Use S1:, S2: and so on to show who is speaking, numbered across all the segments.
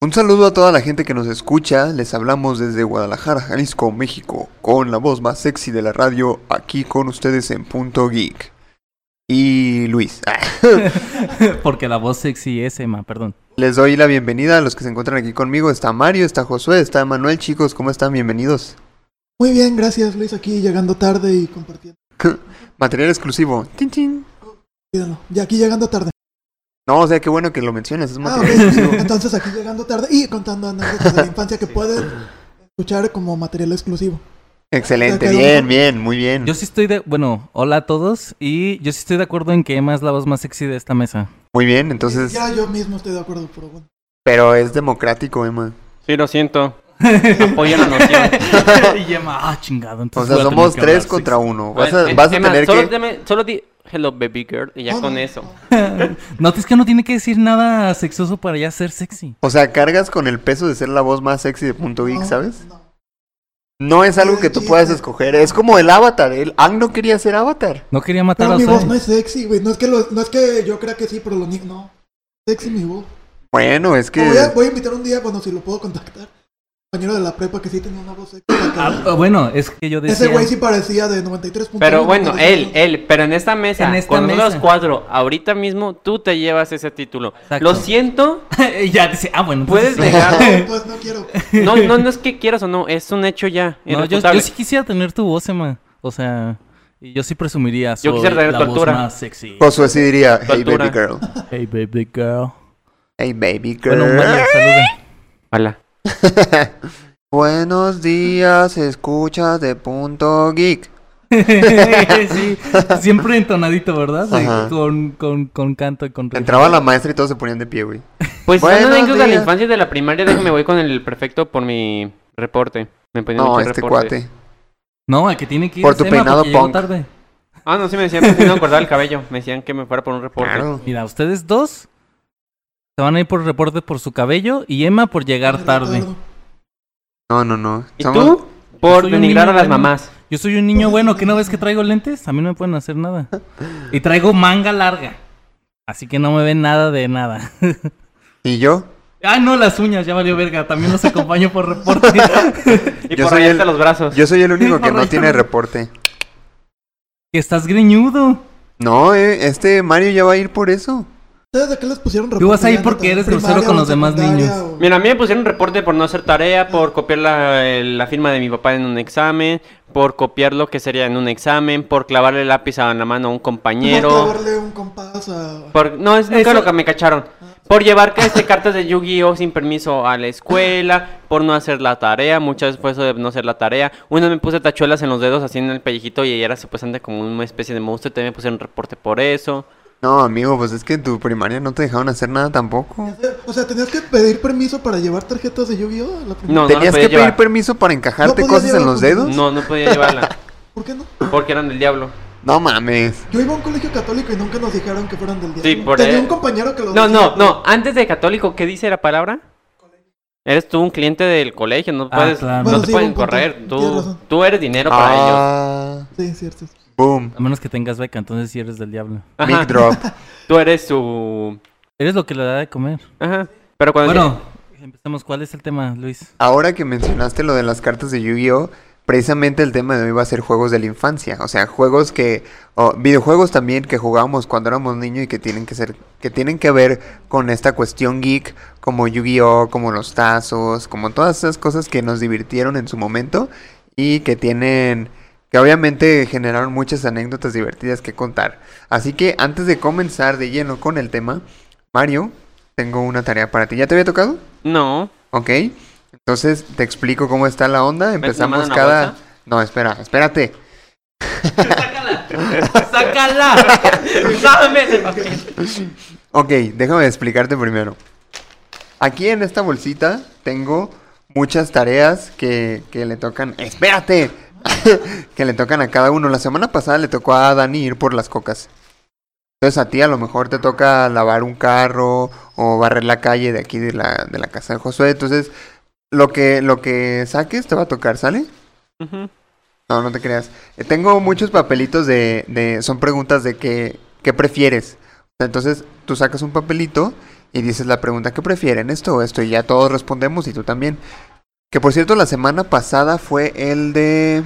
S1: Un saludo a toda la gente que nos escucha, les hablamos desde Guadalajara, Jalisco, México, con la voz más sexy de la radio, aquí con ustedes en Punto Geek. Y Luis,
S2: Porque la voz sexy es Emma, perdón.
S1: les doy la bienvenida a los que se encuentran aquí conmigo, está Mario, está Josué, está Manuel, chicos, ¿cómo están? Bienvenidos.
S3: Muy bien, gracias Luis, aquí llegando tarde y compartiendo.
S1: Material exclusivo. Tin, tin.
S3: Olvídalo. Y aquí llegando tarde.
S1: No, o sea, qué bueno que lo mencionas, es
S3: Ah,
S1: material
S3: ok.
S1: exclusivo.
S3: Entonces aquí llegando tarde y contando anécdotas de la infancia que pueden escuchar como material exclusivo.
S1: Excelente,
S3: Quedó
S1: bien,
S3: mejor.
S1: bien, muy bien.
S2: Yo sí estoy de... Bueno, hola a todos. Y yo sí estoy de acuerdo en que Emma es la voz más sexy de esta mesa.
S1: Muy bien, entonces,
S3: Ya yo mismo estoy de acuerdo, pero bueno.
S1: pero es democrático, Emma.
S4: Sí, lo siento. Apoya la noción.
S2: y Emma, ah, chingado.
S1: O
S2: entonces
S1: sea,
S2: voy a tener
S1: somos
S2: que hablar
S1: tres
S2: sexy.
S1: contra uno. Vas a,
S4: Bueno, eh,
S1: vas a
S4: Emma,
S1: tener
S4: solo
S1: que...
S4: deme- solo di hello baby girl y ya
S3: No,
S4: con
S3: no,
S4: eso.
S2: Notes que no tiene que decir nada sexoso para ya ser sexy.
S1: O sea, cargas con el peso de ser la voz más sexy de Punto Geek,
S3: no,
S1: ¿sabes?
S3: no.
S1: No es algo que tú puedas escoger. Es como el avatar. El Ang no quería ser avatar.
S2: No quería matar
S3: Pero
S2: a
S3: mi
S2: Osai.
S3: voz no es sexy, güey. No es que lo- no es que yo crea que sí, pero lo niego. No. Sexy mi voz.
S1: Bueno, es que.
S3: Voy a, voy a invitar un día, bueno, si lo puedo contactar. Compañero de la prepa que sí tenía una voz sexy.
S2: Ah, ah, bueno, es que yo decía...
S3: Ese güey sí parecía de 93
S4: pues, Pero bueno, él, él, pero en esta mesa,
S2: En esta
S4: con uno de los
S2: mesa.
S4: cuatro, ahorita mismo tú te llevas ese título.
S2: Exacto.
S4: Lo siento,
S2: Y ya dice, ah, bueno.
S4: puedes
S2: entonces sí.
S4: negarlo.
S3: Pues no quiero.
S4: No, no, no es que quieras o no, es un hecho ya.
S2: No, yo,
S4: irrefutable.
S2: yo sí quisiera tener tu voz, Emma. O sea, y yo sí presumiría
S4: Yo quisiera
S2: soy
S4: tener
S2: la
S4: tu
S2: voz
S4: altura.
S2: más sexy.
S1: Josué sí diría, hey
S4: Altura.
S1: baby girl.
S2: Hey, baby girl.
S1: Hey baby girl.
S2: Bueno, Mario, saluda.
S4: Hola.
S1: Buenos días, escuchas de Punto Geek.
S4: Pues
S2: sí, siempre entonadito, ¿verdad? Sí,
S1: Ajá.
S2: con, con, con canto y con ritmo.
S1: Entraba la maestra y todos se ponían de pie, güey.
S4: Pues
S1: Buenos
S4: una anécdota de la
S1: días.
S4: infancia y de la primaria, déjame voy con el prefecto por mi reporte. Me ponía
S1: No,
S4: mucho
S1: este
S4: reporte.
S1: cuate.
S2: No, el que tiene que ir
S1: Por
S2: es
S1: tu
S2: Emma,
S1: peinado
S2: porque llegó
S1: punk.
S2: tarde.
S4: Ah, no, sí me decían que no me cortaba el cabello. Me decían que me fuera por un reporte.
S1: Claro.
S2: Mira, ustedes dos se van a ir por reporte por su cabello y Emma por llegar tarde.
S1: No, no, no.
S4: ¿Y
S1: Somos-
S4: tú? Por
S2: soy un
S4: denigrar a
S2: niño
S4: las
S2: bueno.
S4: mamás.
S2: Yo soy un niño bueno que no ves que traigo lentes, a mí no me pueden hacer nada. Y traigo manga larga. Así que no me ven nada de nada.
S1: ¿Y yo?
S2: Ah, no, las uñas, ya valió verga. También los acompaño por reporte.
S4: Y
S1: Yo
S4: por
S1: soy
S4: rayarte
S1: el-
S4: los brazos.
S1: Yo soy el único
S2: Sí,
S1: que no
S2: correcto.
S1: tiene reporte.
S2: que estás greñudo.
S1: No, eh, este Mario ya va a ir por eso.
S3: ¿Ustedes de qué les pusieron
S2: Tú vas
S3: reporte
S2: ahí
S3: ya, neta?
S2: porque eres
S3: ¿Primaria
S2: grosero con
S3: o
S2: los demás
S3: secundaria
S2: niños.
S3: o-
S4: Mira, a mí me pusieron reporte por no hacer tarea, por copiar la, eh, la firma de mi papá en un examen, por copiar lo que sería en un examen, por clavarle el lápiz a la mano a un
S3: No
S4: compañero.
S3: clavarle un compás a...
S4: Por... No, es nunca
S2: Eso-
S4: lo que me cacharon. Por llevar este, cartas de Yu-Gi-Oh sin permiso a la escuela, por no hacer la tarea, mucho esfuerzo de no hacer la tarea. Una vez me puse tachuelas en los dedos, así en el pellejito, y era supuestamente como una especie de monstruo. y También me pusieron reporte por eso.
S1: No, amigo, pues es que en tu primaria no te dejaron hacer nada tampoco.
S3: O sea, tenías que pedir permiso para llevar tarjetas de Yu-Gi-Oh! a la primera?
S4: No, no las
S1: ¿Tenías
S4: podía
S1: que
S4: llevar.
S1: pedir permiso para
S3: No
S1: encajarte
S3: podías
S1: cosas en
S3: llevar
S1: los
S3: con-
S1: dedos?
S4: No, no podía llevarla,
S3: ¿Por qué no?
S4: porque eran del diablo.
S1: No mames.
S3: Yo iba a un colegio católico y nunca nos dijeron que fueran del diablo.
S4: Sí, por
S3: Tenía
S4: el-
S3: un compañero que lo
S4: No,
S3: decía,
S4: no,
S3: pero-
S4: no. Antes de católico, ¿qué dice la palabra? Eres tú un cliente del colegio, no
S2: Ah,
S4: puedes,
S2: claro.
S4: no
S2: Bueno,
S4: te
S3: sí, buen
S4: pueden
S3: punto.
S4: correr.
S3: Tienes
S4: Tú,
S3: razón.
S4: tú eres dinero para ellos.
S1: Ah,
S3: Sí, cierto.
S1: boom.
S2: A menos que tengas beca, entonces sí eres del diablo.
S4: Ajá,
S1: Mic drop.
S4: Tú eres su.
S2: Eres lo que le da de comer.
S4: Ajá. Pero cuando.
S2: Bueno, empecemos. ¿Cuál es el tema, Luis?
S1: Ahora que mencionaste lo de las cartas de Yu-Gi-Oh, precisamente el tema de hoy va a ser juegos de la infancia, o sea, juegos que o videojuegos también que jugábamos cuando éramos niños y que tienen que ser que tienen que ver con esta cuestión geek como Yu-Gi-Oh, como los tazos, como todas esas cosas que nos divirtieron en su momento y que tienen que obviamente generaron muchas anécdotas divertidas que contar. Así que antes de comenzar de lleno con el tema, Mario, tengo una tarea para ti. ¿Ya te había tocado?
S4: No.
S1: Ok, entonces te explico cómo está la onda. Empezamos
S4: mano en la
S1: cada.
S4: bolsa?
S1: No, espera, espérate.
S4: ¡Sácala! ¡Sácame ese papel!
S1: Ok, déjame explicarte primero. Aquí en esta bolsita tengo muchas tareas que, que le tocan. ¡Espérate! que le tocan a cada uno. La semana pasada le tocó a Dani ir por las cocas. Entonces a ti a lo mejor te toca lavar un carro o barrer la calle de aquí de la, de la casa de Josué. Entonces, lo que, lo que saques te va a tocar, ¿sale?
S4: Ujú.
S1: No, no te creas. Eh, Tengo muchos papelitos de, de- son preguntas de qué, qué prefieres. Entonces, tú sacas un papelito y dices la pregunta, ¿qué prefieren? Esto o esto, y ya todos respondemos y tú también. Que por cierto, la semana pasada fue el de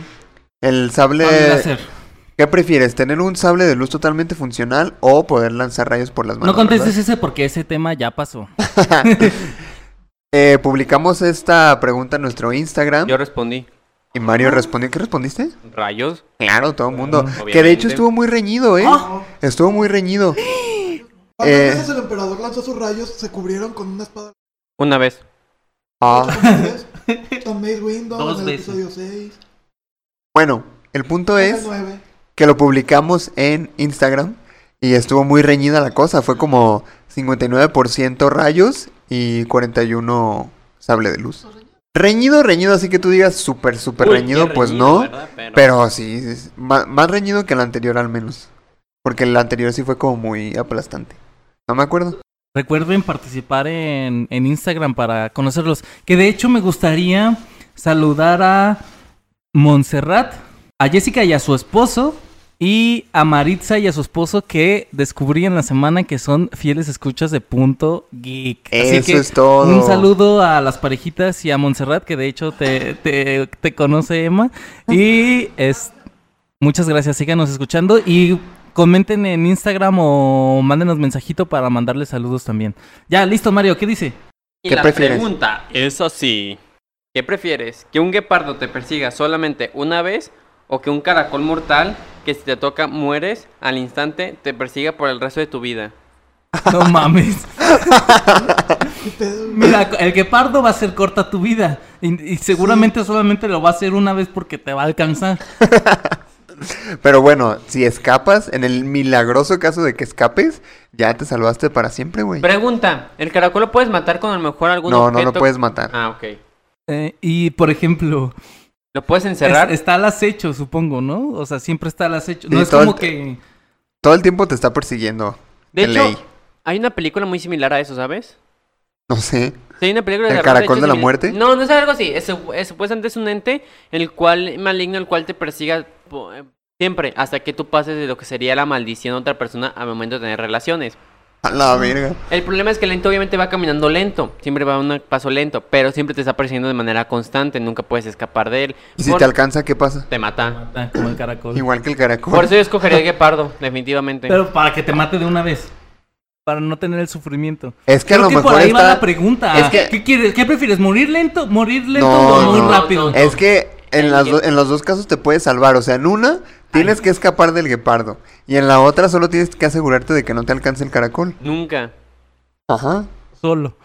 S1: el sable.
S2: Sable láser.
S1: ¿Qué prefieres? ¿Tener un sable de luz totalmente funcional o poder lanzar rayos por las manos?
S2: No contestes
S1: verdad?
S2: ese porque ese tema ya pasó.
S1: Eh, publicamos esta pregunta en nuestro Instagram
S4: Yo respondí,
S1: y
S2: Ah.
S1: Mario respondió. ¿Qué respondiste?
S4: ¿rayos?
S1: Claro, todo el mundo.
S4: Ah, Obviamente.
S1: Que de hecho estuvo muy reñido, ¿eh?
S2: Ah.
S1: Estuvo muy reñido.
S3: Varias
S1: Eh.
S3: veces el emperador lanzó sus rayos, se cubrieron con una espada.
S4: Una vez.
S1: Ah.
S3: Tom Mace Windows
S2: Dos
S3: en el
S2: veces.
S3: episodio 6.
S1: Bueno, el punto es
S3: 9.
S1: que lo publicamos en Instagram y estuvo muy reñida la cosa. Fue como 59% rayos y 41% sable de luz. Reñido, reñido, así que tú digas súper, súper
S4: Uy, qué
S1: reñido, pues
S4: reñido,
S1: no.
S4: ¿verdad? Pero,
S1: Pero sí, es ma- más, reñido que el anterior al menos. Porque el anterior sí fue como muy aplastante. No me acuerdo.
S2: Recuerden participar en, en Instagram para conocerlos. Que de hecho me gustaría saludar a Montserrat, a Jessica y a su esposo, y a Maritza y a su esposo que descubrí en la semana que son fieles escuchas de Punto Geek. Así
S1: Eso
S2: que
S1: es todo.
S2: Un saludo a las parejitas y a Montserrat, que de hecho te, te- te conoce Emma. Y es, muchas gracias, síganos escuchando y comenten en Instagram o mándenos mensajito para mandarles saludos también. Ya, listo Mario, ¿qué dice?
S4: Y
S1: ¿Qué
S4: la
S1: prefieres?
S4: pregunta es así. ¿Qué prefieres? ¿Que un guepardo te persiga solamente una vez o que un caracol mortal que si te toca mueres al instante te persiga por el resto de tu vida?
S2: No mames.
S3: ¿Qué pedo?
S2: Mira, el guepardo va a ser corta tu vida y, y seguramente solamente lo va a hacer una vez porque te va a alcanzar.
S1: Pero bueno, si escapas, en el milagroso caso de que escapes, ya te salvaste para siempre, güey.
S4: Pregunta, ¿el caracol lo puedes matar con a lo mejor algún
S1: No, no
S4: objeto?
S1: lo puedes matar.
S4: Ah, ok.
S2: Eh, y por ejemplo,
S4: ¿Lo puedes
S2: es-
S4: encerrar?
S2: está al acecho, supongo, ¿no? O sea, siempre está al acecho.
S1: Sí,
S2: No es
S1: todo el
S2: como
S1: t-
S2: que...
S1: Todo el tiempo te está persiguiendo.
S4: De hecho,
S1: ley.
S4: hay una película muy similar a eso, ¿sabes?
S1: No sé.
S4: Sí, hay una película
S1: ¿El
S4: terror,
S1: caracol
S4: hecho,
S1: de la
S4: similar-
S1: muerte?
S4: No, no es algo así. Es, es- supuestamente es un ente el cual maligno, el cual te persiga po- eh, siempre hasta que tú pases de lo que sería la maldición a otra persona al momento de tener relaciones.
S1: A
S4: Mm.
S1: la verga.
S4: El problema es que el ente obviamente va caminando lento, siempre va a un paso lento, pero siempre te está persiguiendo de manera constante, nunca puedes escapar de él.
S1: Y si
S4: Por-
S1: te alcanza, ¿qué pasa?
S4: te mata.
S2: Ah, Como el caracol.
S1: Igual que el caracol.
S4: Por eso yo escogería el guepardo, definitivamente.
S2: Pero para que te mate de una vez. Para no tener el sufrimiento.
S1: Es que a
S2: Creo
S1: lo
S2: que
S1: mejor
S2: por ahí va
S1: está-
S2: la pregunta.
S1: es que-
S2: ¿Qué, quieres? ¿Qué prefieres? ¿Morir lento? ¿Morir lento
S1: No,
S2: o morir
S1: no.
S2: rápido?
S1: Es que en, las do- en los dos casos te puedes salvar. O sea, en una tienes que escapar del guepardo. Y en la otra solo tienes que asegurarte de que no te alcance el caracol.
S4: Nunca.
S1: Ajá.
S2: Solo.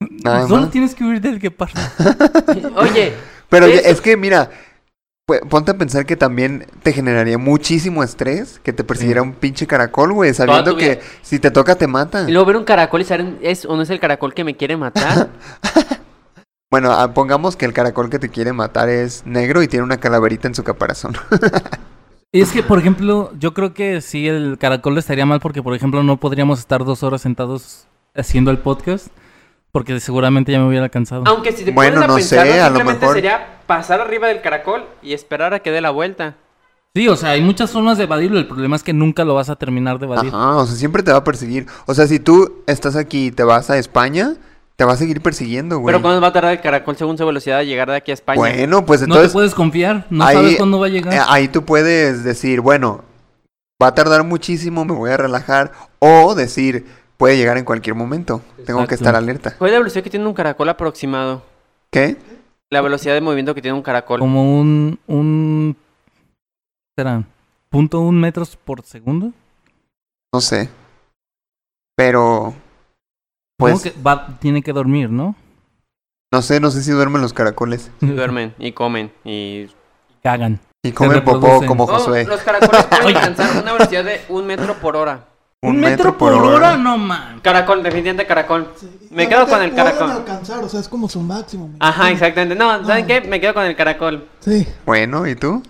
S1: Nada
S2: Solo
S1: más.
S2: tienes que huir del guepardo.
S4: Oye,
S1: Pero
S4: eso-
S1: es que, mira, pu- ponte a pensar que también te generaría muchísimo estrés que te persiguiera un pinche caracol, güey, sabiendo
S4: tu
S1: que
S4: vida.
S1: si te toca te mata.
S4: y luego ver un caracol y saber es o no es el caracol que me quiere matar.
S1: Bueno, ah, pongamos que el caracol que te quiere matar es negro y tiene una calaverita en su caparazón.
S2: es que, por ejemplo, yo creo que sí, el caracol estaría mal porque, por ejemplo, no podríamos estar dos horas sentados haciendo el podcast porque seguramente ya me hubiera cansado.
S4: Aunque si te
S1: Bueno,
S4: pones a
S1: no
S4: pensarlo,
S1: sé, a lo
S4: simplemente
S1: mejor-
S4: sería pasar arriba del caracol y esperar a que dé la vuelta.
S2: Sí, o sea, hay muchas formas de evadirlo. El problema es que nunca lo vas a terminar de evadir.
S1: Ajá, o sea, siempre te va a perseguir. O sea, si tú estás aquí y te vas a España, te va a seguir persiguiendo, güey.
S4: Pero cuando va a tardar el caracol según su velocidad de llegar de aquí a España?
S1: Bueno, pues
S2: no te
S1: entonces
S2: puedes confiar. No
S1: ahí-
S2: sabes cuándo va a llegar.
S1: eh, ahí tú puedes decir, bueno, va a tardar muchísimo, me voy a relajar o decir, puede llegar en cualquier momento. Tengo que
S2: Exacto.
S1: estar alerta.
S4: ¿Cuál es la velocidad que tiene un caracol aproximado?
S1: ¿Qué?
S4: La velocidad de movimiento que tiene un caracol.
S2: como un un ¿qué será punto un metros por segundo
S1: No sé. Pero,
S2: Supongo
S1: Pues-
S2: que va, tiene que dormir no
S1: no sé, no sé si duermen los caracoles.
S4: Duermen y comen y...
S2: cagan
S1: Y comen popó
S2: reproducen.
S1: como
S4: No,
S1: Oh, Josué.
S4: los caracoles pueden
S2: Oye.
S4: alcanzar una velocidad de un metro por hora.
S2: un, metro, por, hora? no man
S4: Caracol, definitivamente caracol.
S3: Sí.
S4: Me
S3: No
S4: quedo
S3: te
S4: con el
S3: pueden
S4: caracol.
S3: alcanzar, o sea, es como su máximo. me
S4: Ajá,
S3: imagino.
S4: exactamente. No, ¿saben qué? Me quedo con el caracol.
S3: Sí.
S1: Bueno, ¿y tú?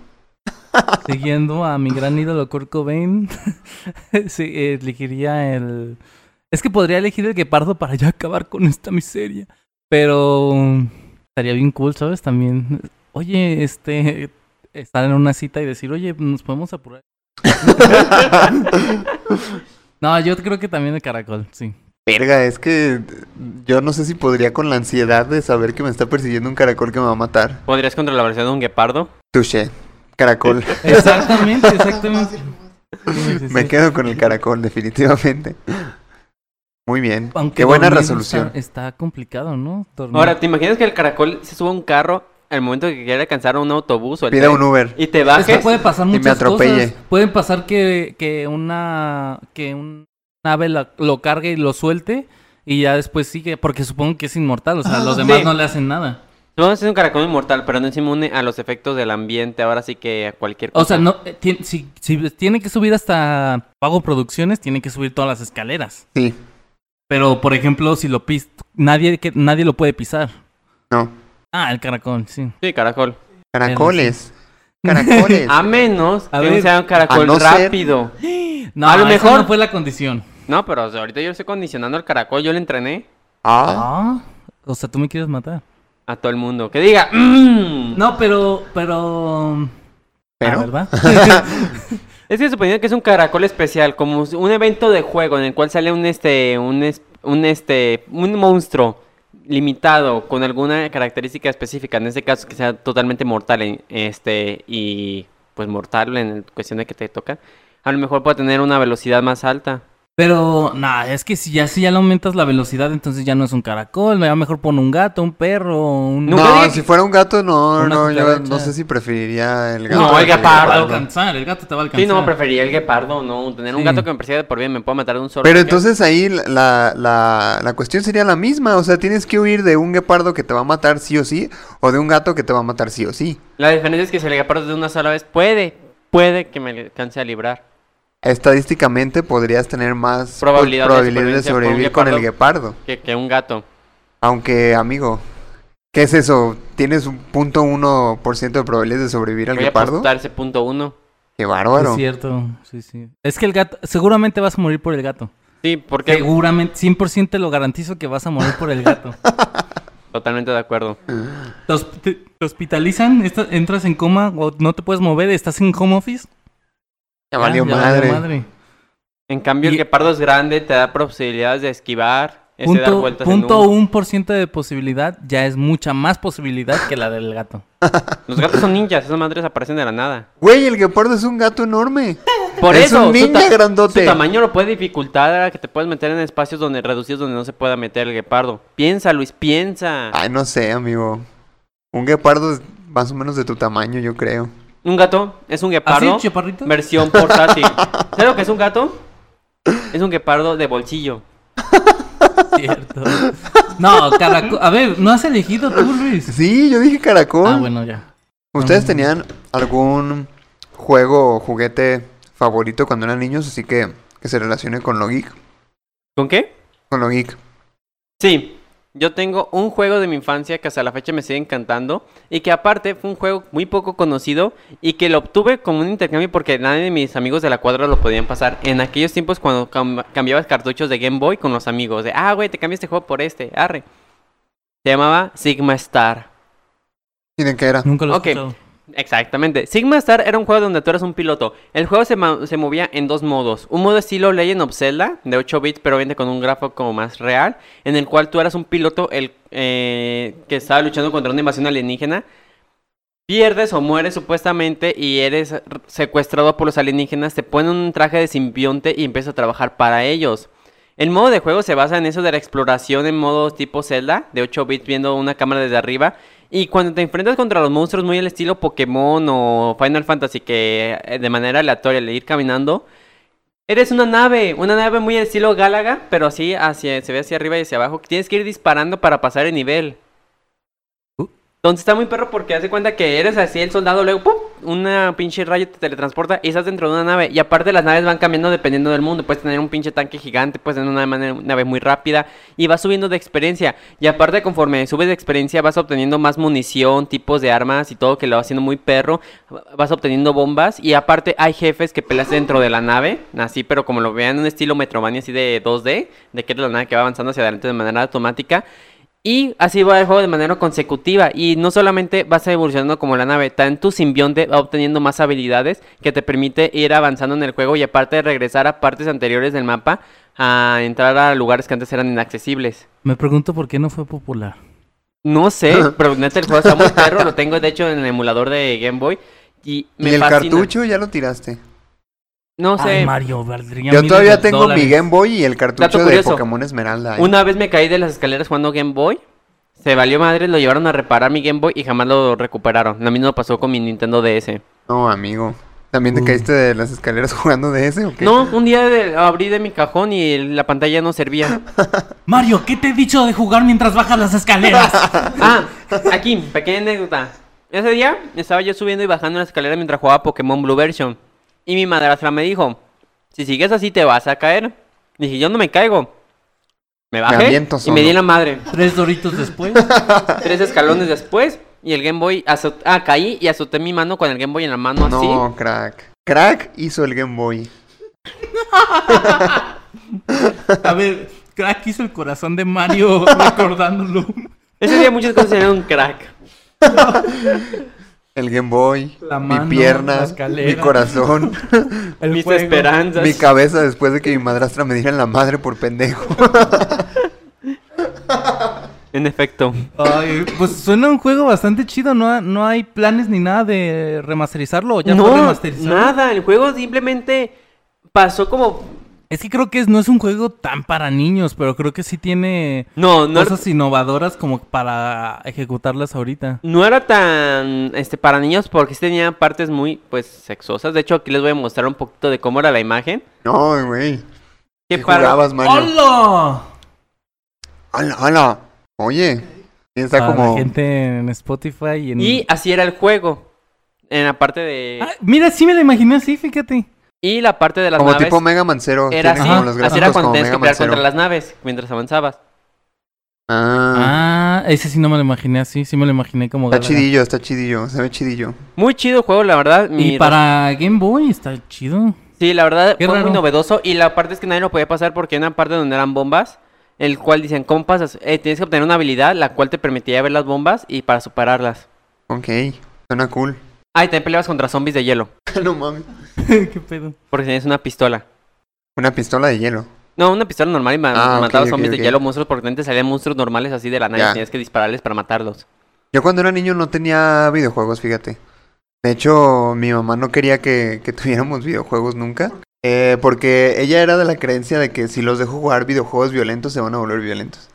S2: Siguiendo a mi gran ídolo Kurt Cobain, sí, eh, elegiría el... Es que podría elegir el guepardo para ya acabar con esta miseria. Pero estaría bien cool, ¿sabes? También, oye, este, estar en una cita y decir, oye, nos podemos apurar. no, yo creo que también el caracol, sí.
S1: Verga, es que yo no sé si podría con la ansiedad de saber que me está persiguiendo un caracol que me va a matar.
S4: ¿Podrías contra la versión de un guepardo?
S1: Touché. Caracol.
S2: Exactamente, exactamente. Sí, sí,
S1: me
S2: sí.
S1: quedo con el caracol, definitivamente. Muy bien.
S2: Aunque
S1: Qué buena
S2: dormir
S1: resolución.
S2: Está, está complicado, ¿no? Dormir.
S4: Ahora, ¿te imaginas que el caracol se suba a un carro al momento que quiera alcanzar a un autobús o el
S1: Pida
S4: tren
S1: un Uber.
S4: Ah, y te
S2: es que
S4: bajes?
S2: puede pasar
S1: me
S2: muchas
S1: atropelle.
S2: cosas. Pueden pasar que, que una que un ave la- lo cargue y lo suelte y ya después sigue, porque supongo que es inmortal, o sea,
S3: Ah,
S2: los demás
S4: sí.
S2: no le hacen nada.
S4: No, es un caracol inmortal, pero no es inmune a los efectos del ambiente, ahora sí que a cualquier cosa.
S2: O sea, no eh, ti- si, si tiene que subir hasta Pago Producciones, tiene que subir todas las escaleras.
S1: Sí,
S2: Pero por ejemplo, si lo pis nadie que nadie lo puede pisar.
S1: no.
S2: Ah, el caracol, sí.
S4: Sí, caracol.
S1: Caracoles. Caracoles.
S4: A menos
S2: A
S4: que
S2: ver.
S4: sea un
S1: A
S4: caracol
S1: no ser-
S4: rápido.
S2: No,
S4: A lo
S2: esa
S4: mejor-
S2: no fue la condición.
S4: No, pero o sea, ahorita yo estoy condicionando al caracol, yo le entrené
S1: Ah,
S2: Ah, o sea, tú me quieres matar.
S4: a todo el mundo. Que diga, "Mm".
S2: No, pero, pero.
S1: pero.
S2: Ah, ¿Verdad?
S4: Es que suponiendo que es un caracol especial, como un evento de juego en el cual sale un este, un, es- un este, un monstruo limitado con alguna característica específica, en este caso que sea totalmente mortal en, este y pues mortal en cuestión de que te toca, a lo mejor puede tener una velocidad más alta.
S2: pero, nah, es que si ya, si ya le aumentas la velocidad, entonces ya no es un caracol. Ya mejor pon un gato, un perro, un.
S4: No,
S1: No,
S4: nunca dije-
S1: si fuera un gato, no,
S2: Una
S1: no, yo
S2: cucaracha.
S1: no sé si preferiría el gato.
S4: No, el
S1: que
S2: Te va a
S4: gapardo.
S2: alcanzar, el gato te va a alcanzar.
S4: Sí, no, preferiría el guepardo, no, tener un
S2: Sí.
S4: gato que me persiga de por bien, me puedo matar de un solo.
S1: Pero entonces ahí la, la, la- la cuestión sería la misma, o sea, tienes que huir de un guepardo que te va a matar sí o sí, o de un gato que te va a matar sí o sí.
S4: La diferencia es que si el guepardo de una sola vez puede, puede que me alcance a librar.
S1: Estadísticamente podrías tener más
S4: Probabilidad de
S1: probabilidad de
S4: supervivencia por un
S1: sobrevivir con el guepardo.
S4: Que, que un gato.
S1: Aunque, amigo, ¿qué es eso? ¿Tienes un punto uno por ciento de probabilidades de sobrevivir al
S4: Voy a
S1: guepardo?
S4: apostar ese punto uno.
S1: Qué
S2: Es
S1: bárbaro.
S2: cierto, sí, sí. Es que el gato, seguramente vas a morir por el gato.
S4: Sí, porque
S2: Seguramente, 100% te lo garantizo que vas a morir por el gato.
S4: totalmente de acuerdo.
S2: Te, hosp- te- te hospitalizan, esta- entras en coma, o no te puedes mover, estás en home office.
S1: Ya valió
S2: ya
S1: madre.
S4: En cambio, el
S2: Y-
S4: guepardo es grande, te da posibilidades de esquivar, este, dar
S2: Punto,
S4: vueltas
S2: punto
S4: en U.
S2: un por ciento de posibilidad ya es mucha más posibilidad que la del gato.
S4: Los gatos son ninjas, esas madres aparecen de la nada.
S1: Güey, el guepardo es un gato enorme.
S4: Por
S1: Es
S4: eso,
S1: un
S4: su
S1: ninja
S4: ta-
S1: grandote.
S4: Su tamaño lo puede dificultar a que te puedas meter en espacios donde reducidos donde no se pueda meter el guepardo. Piensa, Luis, piensa.
S1: Ay, no sé, amigo. Un guepardo es más o menos de tu tamaño, yo creo.
S4: Un gato
S1: ¿Ah,
S4: es un
S2: ¿Así,
S4: guepardo
S2: chaparrito?
S4: versión portátil. ¿Sabes lo que es un gato? Es un guepardo de bolsillo.
S2: Cierto. No, caracol. A ver, ¿no has elegido tú, Luis?
S1: Sí, yo dije caracol.
S2: Ah, bueno, ya.
S1: ¿Ustedes
S2: Mm.
S1: tenían algún juego o juguete favorito cuando eran niños? Así que que se relacione con lo geek.
S4: ¿Con qué?
S1: Con lo geek.
S4: Sí, yo tengo un juego de mi infancia que hasta la fecha me sigue encantando y que aparte fue un juego muy poco conocido y que lo obtuve como un intercambio porque nadie de mis amigos de la cuadra lo podían pasar. En aquellos tiempos cuando cam- cambiabas cartuchos de Game Boy con los amigos, de, ah, güey, te cambio este juego por este, arre. Se llamaba Sigma Star.
S1: ¿Y de qué era?
S2: Nunca lo he
S4: Ok.
S2: escuchado.
S4: Exactamente. Sigma Star era un juego donde tú eras un piloto. El juego se, ma- se movía en dos modos. Un modo estilo Legend of Zelda, de 8 bits, pero obviamente con un gráfico como más real, en el cual tú eras un piloto el, eh, que estaba luchando contra una invasión alienígena. Pierdes o mueres supuestamente y eres r- secuestrado por los alienígenas. Te ponen un traje de simbionte y empiezas a trabajar para ellos. El modo de juego se basa en eso de la exploración en modo tipo Zelda, de 8 bits viendo una cámara desde arriba. Y cuando te enfrentas contra los monstruos muy al estilo Pokémon o Final Fantasy, que eh, de manera aleatoria le ir caminando, eres una nave, una nave muy al estilo Gálaga, pero así hacia, se ve hacia arriba y hacia abajo. Tienes que ir disparando para pasar el nivel. Entonces está muy perro porque hace cuenta que eres así el soldado, luego ¡pum! una pinche rayo te teletransporta y estás dentro de una nave. Y aparte las naves van cambiando dependiendo del mundo. Puedes tener un pinche tanque gigante, puedes tener una nave, nave muy rápida y vas subiendo de experiencia. Y aparte conforme subes de experiencia vas obteniendo más munición, tipos de armas y todo que lo va haciendo muy perro. Vas obteniendo bombas y aparte hay jefes que peleas dentro de la nave, así pero como lo vean en un estilo Metroidvania así de 2D, de que eres la nave que va avanzando hacia adelante de manera automática. Y así va el juego de manera consecutiva. Y no solamente vas evolucionando como la nave, también tu simbionte va obteniendo más habilidades que te permite ir avanzando en el juego y aparte de regresar a partes anteriores del mapa, a entrar a lugares que antes eran inaccesibles.
S2: Me pregunto por qué no fue popular.
S4: No sé, pero neta el juego está muy perro, lo tengo de hecho en el emulador de Game Boy. Y me
S1: y el
S4: fascina.
S1: cartucho ya lo tiraste.
S4: No sé.
S2: Ay, Mario, valdría
S1: Yo
S2: miles
S1: todavía
S2: de
S1: tengo
S2: dólares.
S1: mi Game Boy y el cartucho de
S4: curioso.
S1: Pokémon Esmeralda. ahí.
S4: Una vez me caí de las escaleras jugando Game Boy. Se valió madre, lo llevaron a reparar mi Game Boy y jamás lo recuperaron. Lo mismo pasó con mi Nintendo DS.
S1: No, amigo. ¿También te
S2: Uh.
S1: caíste de las escaleras jugando de ese o qué?
S4: Mm. No, un día de- abrí de mi cajón y el- la pantalla no servía.
S2: Mario, ¿qué te he dicho de jugar mientras bajas las escaleras?
S4: Ah, aquí, pequeña anécdota. Ese día estaba yo subiendo y bajando la escalera mientras jugaba Pokémon Blue Version. Y mi madrastra me dijo, si sigues así te vas a caer. Dije, yo no me caigo. Me bajé
S1: aviento
S4: y me
S1: solo.
S4: di la madre.
S2: Tres doritos después.
S4: Tres escalones después y el Game Boy... azot- Ah, caí y azoté mi mano con el Game Boy en la mano así.
S1: No, crack. Crack hizo el Game Boy.
S2: A ver, crack hizo el corazón de Mario recordándolo.
S4: Ese día muchas cosas eran un crack.
S1: El Game Boy,
S2: La
S1: mi
S2: mano, la
S1: pierna, mi
S2: escalera.
S1: corazón,
S2: El
S4: Mis
S2: juego.
S4: esperanzas.
S1: mi cabeza después de que mi madrastra me diera en la madre por pendejo.
S4: En efecto.
S2: Ay, pues suena un juego bastante chido, ¿no? ha- No hay planes ni nada de remasterizarlo. ¿o ¿Ya fue
S4: no,
S2: remasterizado?
S4: nada, el juego simplemente pasó como...
S2: Es que creo que es- no es un juego tan para niños, pero creo que sí tiene
S4: No, no,
S2: cosas innovadoras como para ejecutarlas ahorita.
S4: no era tan este para niños porque sí tenía partes muy pues sexosas. De hecho, aquí les voy a mostrar un poquito de cómo era la imagen.
S1: No, güey.
S4: Que
S1: ¿Qué
S4: para-
S1: jugabas, Mario?
S2: ¡Hola!
S1: ¡Hala, hala! Oye, está
S2: Para
S1: como...
S2: la gente en Spotify y en...
S4: Y así era el juego. En la parte de
S2: Ah, mira, sí me la imaginé así, fíjate.
S4: y la parte de las
S1: Como
S4: naves
S1: tipo Mega Man Zero.
S4: era
S1: tiene
S4: así,
S1: como los
S4: así
S1: gráficos
S4: era cuando
S1: como
S4: tenías que
S1: Mega
S4: pelear
S1: Man
S4: contra
S1: Zero.
S4: las naves mientras avanzabas.
S1: Ah,
S2: Ah, ese sí no me lo imaginé así, sí me lo imaginé como...
S1: está
S2: Galaga.
S1: chidillo, está chidillo, se ve chidillo.
S4: Muy chido el juego, la verdad.
S2: Y
S4: mi-
S2: para Game Boy está chido.
S4: Sí, la verdad
S2: Qué
S4: fue muy
S2: raro.
S4: novedoso y la parte es que nadie lo podía pasar porque era una parte donde eran bombas, el cual dicen, "¿Cómo pasas? Eh, tienes que obtener una habilidad la cual te permitía ver las bombas y para superarlas."
S1: Ok, suena cool.
S4: Ah, y también peleabas contra zombies de hielo,
S1: no mames.
S2: ¿Qué pedo?
S4: porque tenías una pistola.
S1: Una pistola de hielo.
S4: No, una pistola normal y ma-
S1: Ah, ok,
S4: mataba
S1: ok,
S4: zombies
S1: ok.
S4: de hielo, monstruos, porque antes salían monstruos normales así de la nada
S1: Ya.
S4: y tenías que dispararles para matarlos.
S1: Yo cuando era niño no tenía videojuegos, fíjate. De hecho, mi mamá no quería que, que tuviéramos videojuegos nunca. eh, porque ella era de la creencia de que si los dejo jugar videojuegos violentos se van a volver violentos.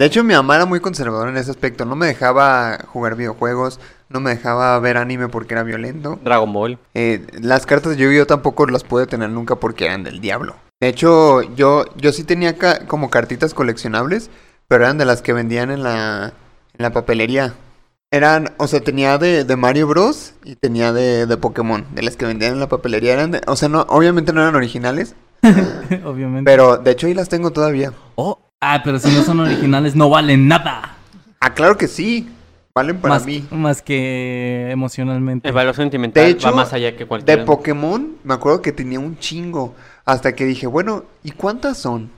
S1: De hecho, mi mamá era muy conservadora en ese aspecto. No me dejaba jugar videojuegos, no me dejaba ver anime porque era violento.
S4: Dragon Ball.
S1: Eh, las cartas de Yu-Gi-Oh tampoco las pude tener nunca porque eran del diablo. De hecho, yo, yo sí tenía ca- como cartitas coleccionables, pero eran de las que vendían en la, en la papelería. Eran, o sea, tenía de, de Mario Bros. y tenía de, de Pokémon, de las que vendían en la papelería. Eran de- o sea, no, obviamente no eran originales,
S2: Obviamente.
S1: pero de hecho ahí las tengo todavía.
S2: Oh, ah, pero si no son originales no valen nada.
S1: Ah, claro que sí, valen para
S2: más,
S1: mí.
S2: más que emocionalmente.
S4: El valor sentimental
S1: De hecho,
S4: va más allá que cualquier.
S1: De Pokémon, me acuerdo que tenía un chingo. Hasta que dije, bueno, ¿y cuántas son?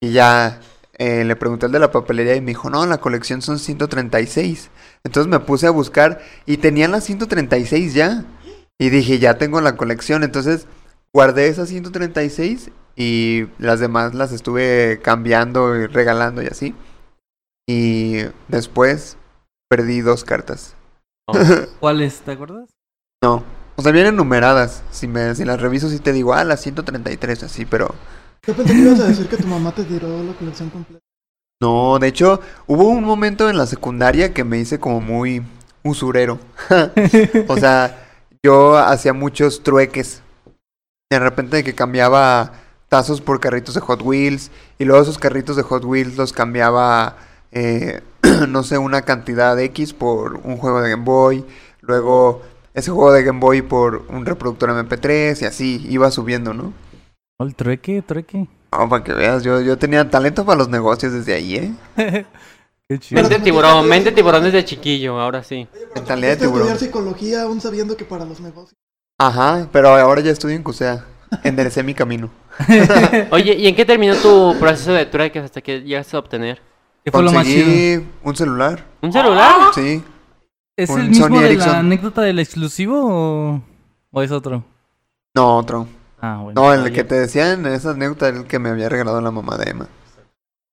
S1: Y ya eh, le pregunté al de la papelería y me dijo, no, la colección son 136. Entonces me puse a buscar y tenían las 136 ya. Y dije, ya tengo la colección. Entonces guardé esas 136 y las demás las estuve cambiando y regalando y así. Y después perdí dos cartas.
S2: ¿Cuáles? ¿Te acuerdas?
S1: No. O sea, vienen numeradas. Si, me, si las reviso, sí te digo, ah, las 133, así, pero.
S3: Yo pensé que ibas a decir que tu mamá te tiró la colección completa.
S1: No, de hecho, hubo un momento en la secundaria que me hice como muy usurero. o sea, yo hacía muchos trueques. De repente de que cambiaba tazos por carritos de Hot Wheels. Y luego esos carritos de Hot Wheels los cambiaba eh, no sé, una cantidad X por un juego de Game Boy, luego ese juego de Game Boy por un reproductor MP3 y así iba subiendo, ¿no?
S2: Oh, El trueque, trueque.
S1: Ah, para que veas, yo, yo tenía talento para los negocios desde ahí, ¿eh?
S2: Qué chido.
S4: Mente tiburón, mente tiburón desde chiquillo, ahora sí.
S1: Mentalidad de
S3: Fuiste a
S1: tiburón.
S3: Este estudiar psicología aún sabiendo que para los negocios.
S1: Ajá, pero ahora ya estudio en CUSEA. Enderecé mi camino.
S4: Oye, ¿y en qué terminó tu proceso de trueques hasta que llegaste a obtener?
S2: ¿Qué fue lo más chido?
S1: Conseguí un celular.
S4: ¿Un celular?
S1: Sí.
S2: ¿Es
S1: un
S2: el mismo
S1: Sony
S2: de
S1: Ericsson.
S2: la anécdota del exclusivo o, o es otro?
S1: No, otro.
S2: Ah, bueno.
S1: No, el que te decían, esa anécdota era el que me había regalado la mamá de Emma.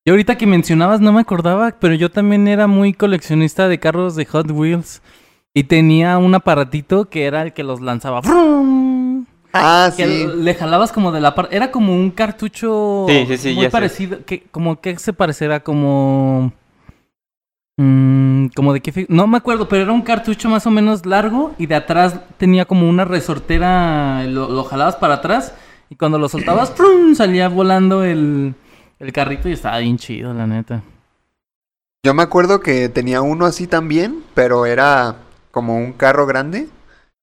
S2: Y ahorita que mencionabas, no me acordaba, pero yo también era muy coleccionista de carros de Hot Wheels. Y tenía un aparatito que era el que los lanzaba. ¡Frum!
S1: Ah,
S2: Que
S1: sí.
S2: le jalabas como de la parte. Era como un cartucho
S4: Sí, sí, sí,
S2: muy
S4: ya sé.
S2: parecido. Que, como que se parecerá como. mm, como de qué. fi- No me acuerdo, pero era un cartucho más o menos largo y de atrás tenía como una resortera. Lo, lo jalabas para atrás y cuando lo soltabas, ¡prum! salía volando el, el carrito y estaba bien chido, la neta.
S1: Yo me acuerdo que tenía uno así también, pero era como un carro grande.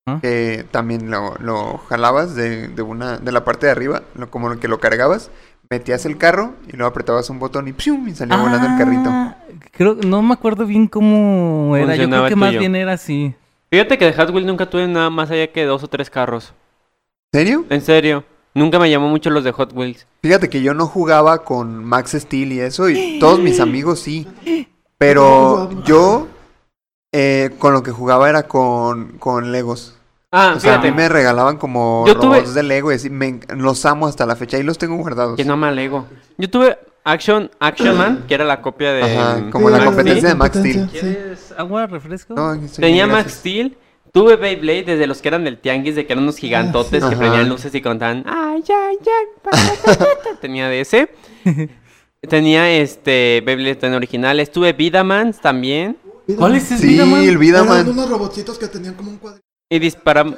S2: ¿Ah?
S1: Que también lo, lo jalabas de, de una, de la parte de arriba, lo- como lo que lo cargabas, metías el carro y luego apretabas un botón y, ¡pium! y salía volando el carrito.
S2: Ah, Creo, no me acuerdo bien cómo era. Yo creo
S4: Funcionaba
S2: que
S4: el
S2: más
S4: tuyo.
S2: bien era así.
S4: Fíjate que de Hot Wheels nunca tuve nada más allá que dos o tres carros.
S1: ¿En serio?
S4: En serio, nunca me llamó mucho los de Hot Wheels.
S1: Fíjate que yo no jugaba con Max Steel y eso, y todos mis amigos sí. Pero yo eh, con lo que jugaba era con, con Legos.
S4: Ah,
S1: O sea, a
S4: fíjate,
S1: mí me regalaban como
S4: Yo tuve-
S1: robots de Lego y así, me en- los amo hasta la fecha y los tengo guardados.
S4: que no me alego. Yo tuve Action, Action Man, que era la copia de...
S1: Ajá,
S4: mm,
S1: como la
S4: Max
S1: competencia de Max
S3: competencia, sí.
S2: ¿Quieres agua, refresco?
S1: No, aquí estoy,
S4: Tenía Max
S1: gracias.
S4: Steel, tuve Beyblade desde los que eran del Tianguis, de que eran unos gigantotes
S1: Ah, sí.
S4: que
S1: Ajá.
S4: prendían luces y contaban, ay, ay, ay, pa, pa, pa, pa, pa". tenía de ese. Tenía este Beyblade tan originales, tuve Vidaman también
S2: ¿Cuál es ese?
S1: Sí,
S2: Vidaman?
S1: el
S3: Eran
S1: Vidaman.
S3: unos robotcitos que tenían como un cuadrito.
S4: y disparaban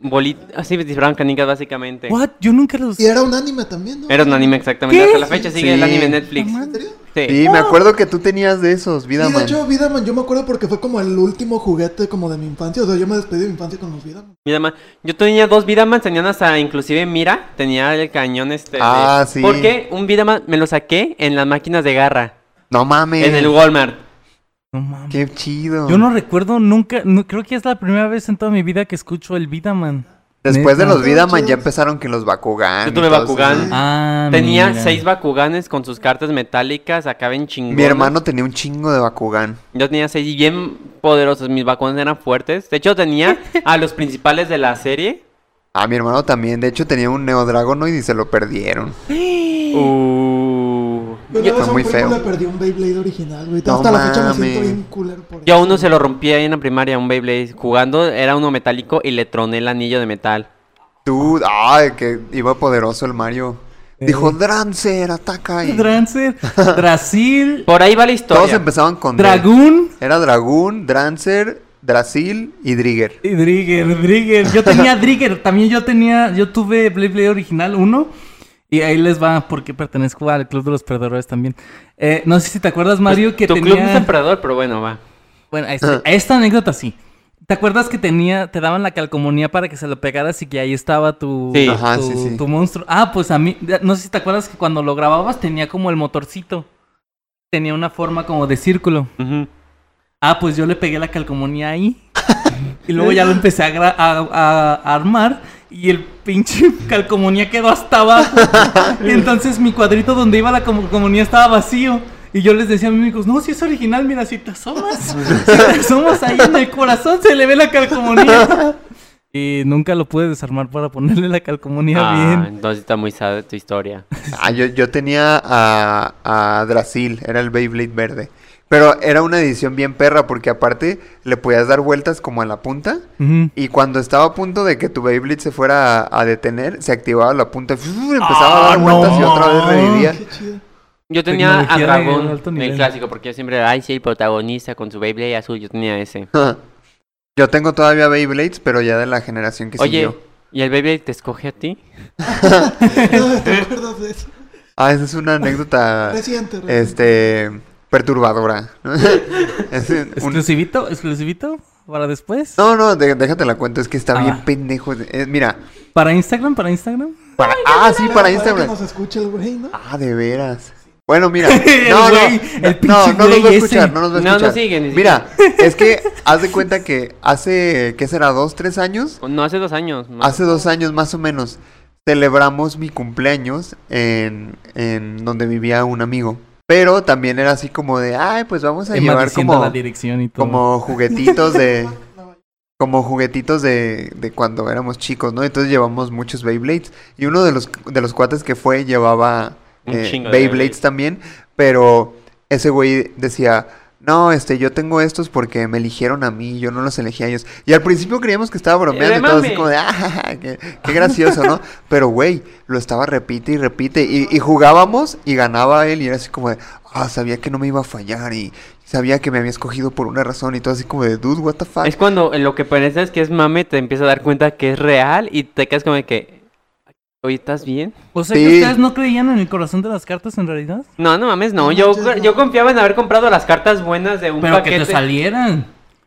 S4: bolitas, así disparaban canicas básicamente.
S2: What? Yo nunca los...
S3: Y era un anime también, ¿no?
S4: Era un anime exactamente,
S2: ¿Qué?
S4: hasta la fecha sigue el
S1: Sí.
S4: anime en Netflix.
S2: Ah,
S3: ¿En serio?
S4: Sí.
S1: Sí, me acuerdo que tú tenías de esos,
S3: Sí, de
S1: Vidaman.
S3: hecho, Vidaman, yo me acuerdo porque fue como el último juguete como de mi infancia. O sea, yo me despedí de mi infancia con los Vidaman.
S4: Vidaman. Yo tenía dos Vidaman, tenían hasta inclusive mira, tenía el cañón este. de-
S1: Ah, sí.
S4: Porque un Vidaman me lo saqué en las máquinas de garra,
S1: No mames.
S4: en el Walmart.
S2: No mames.
S1: Qué chido.
S2: Yo no recuerdo nunca... no- creo que es la primera vez en toda mi vida que escucho el Vidaman.
S1: Después de
S2: Neta.
S1: los Vidaman ya empezaron que los Bakugan.
S4: Yo
S1: y
S4: tuve
S1: todo eso,
S4: Bakugan.
S1: ¿no?
S2: Ah,
S4: Tenía
S2: mira.
S4: seis Bakuganes con sus cartas metálicas, acá ven chingones.
S1: Mi hermano tenía un chingo de Bakugan.
S4: Yo tenía seis y bien poderosos, mis Bakuganes eran fuertes. De hecho, tenía a los principales de la serie.
S1: Ah, mi hermano también. De hecho, tenía un Neodragonoid y se lo perdieron.
S4: Uh.
S3: Pero
S4: Yo,
S3: luego
S1: Fue
S3: a un
S1: muy
S3: primo
S1: feo.
S3: le perdí un Beyblade original, güey.
S1: No
S3: Hasta la fecha me siento
S1: mames.
S3: bien culero por
S4: yo a
S3: eso.
S4: uno se lo rompí ahí en la primaria, un Beyblade. Jugando era uno metálico y le troné el anillo de metal.
S1: Dude, ay, que iba poderoso el Mario. Dijo, Drancer, ataca. Y
S2: Drancer, Drasil,
S4: Por ahí va la
S1: todos
S4: historia.
S1: empezaban con D.
S2: Dragún
S1: Era Dragún, Drancer, Drasil y Drigger.
S2: y Drigger. Drigger. Yo tenía Drigger. También yo tenía... Yo tuve Blade Blade original 1. Y ahí les va porque pertenezco al Club de los Perdedores también. Eh, no sé si te acuerdas, Mario, que
S4: Pues, tu
S2: tenía...
S4: club no es emperador, pero bueno, va.
S2: Bueno, a este- a esta anécdota sí. ¿Te acuerdas que tenía, te daban la calcomanía para que se lo pegaras y que ahí estaba tu,
S4: Sí.
S2: tu,
S1: Ajá, sí, sí.
S2: tu monstruo? Ah, pues a mí, no sé si te acuerdas que cuando lo grababas tenía como el motorcito. Tenía una forma como de círculo.
S4: Ujú.
S2: Ah, pues yo le pegué la calcomanía ahí. y luego ya lo empecé a, gra- a- a- a armar. Y el pinche calcomanía quedó hasta abajo. y entonces mi cuadrito donde iba la calcomanía estaba vacío. Y yo les decía a mis amigos, no, si es original, mira, si te asomas, si te asomas ahí en el corazón, se le ve la calcomanía. Y nunca lo pude desarmar para ponerle la calcomanía
S4: Ah,
S2: bien.
S4: entonces está muy sad tu historia.
S1: Ah, yo, yo tenía a, a Drasil, era el Beyblade verde. Pero era una edición bien perra porque aparte le podías dar vueltas como a la punta.
S2: Ujú.
S1: Y cuando estaba a punto de que tu Beyblade se fuera a, a detener, se activaba la punta, ¡fuf! empezaba a dar
S2: Ah,
S1: vueltas y
S2: no.
S1: otra vez revivía.
S3: Qué chido.
S4: Yo tenía a
S2: Tecnología de alto
S4: Dragón,
S2: nivel.
S4: el clásico, porque yo siempre, ay, sí, el protagonista con su Beyblade azul, yo tenía ese.
S1: Yo tengo todavía Beyblades, pero ya de la generación que
S4: Oye,
S1: siguió.
S4: ¿y el Beyblade te escoge a ti?
S3: No, ¿Te acuerdas de eso?
S1: Ah, esa es una anécdota
S3: Reciente, reciente.
S1: este perturbadora. ¿no? Es un-
S2: ¿Exclusivito? ¿Exclusivito? ¿Para después?
S1: No, no, de- déjate la cuenta, es que está
S2: Ah.
S1: bien pendejo. Eh, mira,
S2: ¿Para Instagram? ¿Para Instagram?
S1: para... Ah, sí, para
S3: que
S1: Instagram.
S3: nos escuche el güey, ¿no?
S1: Ah, de veras. Bueno, mira.
S2: El
S1: No, no,
S2: güey, el pinche
S1: no, no nos va a
S2: güey
S1: escuchar,
S2: ese.
S1: no nos va a
S4: No, no
S1: escuchar.
S4: sigue, ni
S1: mira, es que haz de cuenta que hace, ¿qué será? ¿Dos, tres años?
S4: No, hace dos años. ¿no?
S1: Hace dos años más o menos celebramos mi cumpleaños en, en donde vivía un amigo. Pero también era así como de, ay, pues vamos a
S2: Emma
S1: llevar
S2: diciendo
S1: como,
S2: la dirección y todo.
S1: como juguetitos de... Como juguetitos de, de cuando éramos chicos, ¿no? Entonces llevamos muchos Beyblades. Y uno de los, de los cuates que fue llevaba
S4: Un
S1: eh,
S4: chingo de
S1: Beyblades
S4: Beyblades.
S1: también. Pero ese güey decía, no, este, yo tengo estos porque me eligieron a mí, yo no los elegí a ellos. Y al principio creíamos que estaba bromeando
S4: de
S1: y todo así
S4: mame.
S1: como de, ah, ja, ja, qué, qué gracioso, ¿no? Pero güey, lo estaba repite y repite. Y, y jugábamos y ganaba él y era así como de, ah, sabía que no me iba a fallar y sabía que me había escogido por una razón y todo así como de, dude, what the fuck.
S4: Es cuando en lo que parece es que es mame, te empiezas a dar cuenta que es real y te quedas como de que. Oye, ¿estás bien?
S2: O sea,
S1: Sí.
S2: que ustedes no creían en el corazón de las cartas en realidad.
S4: No, no mames, no.
S3: No
S4: Yo,
S3: manches, no.
S4: yo confiaba en haber comprado las cartas buenas de un
S2: Pero que
S4: paquete.
S2: te salieran.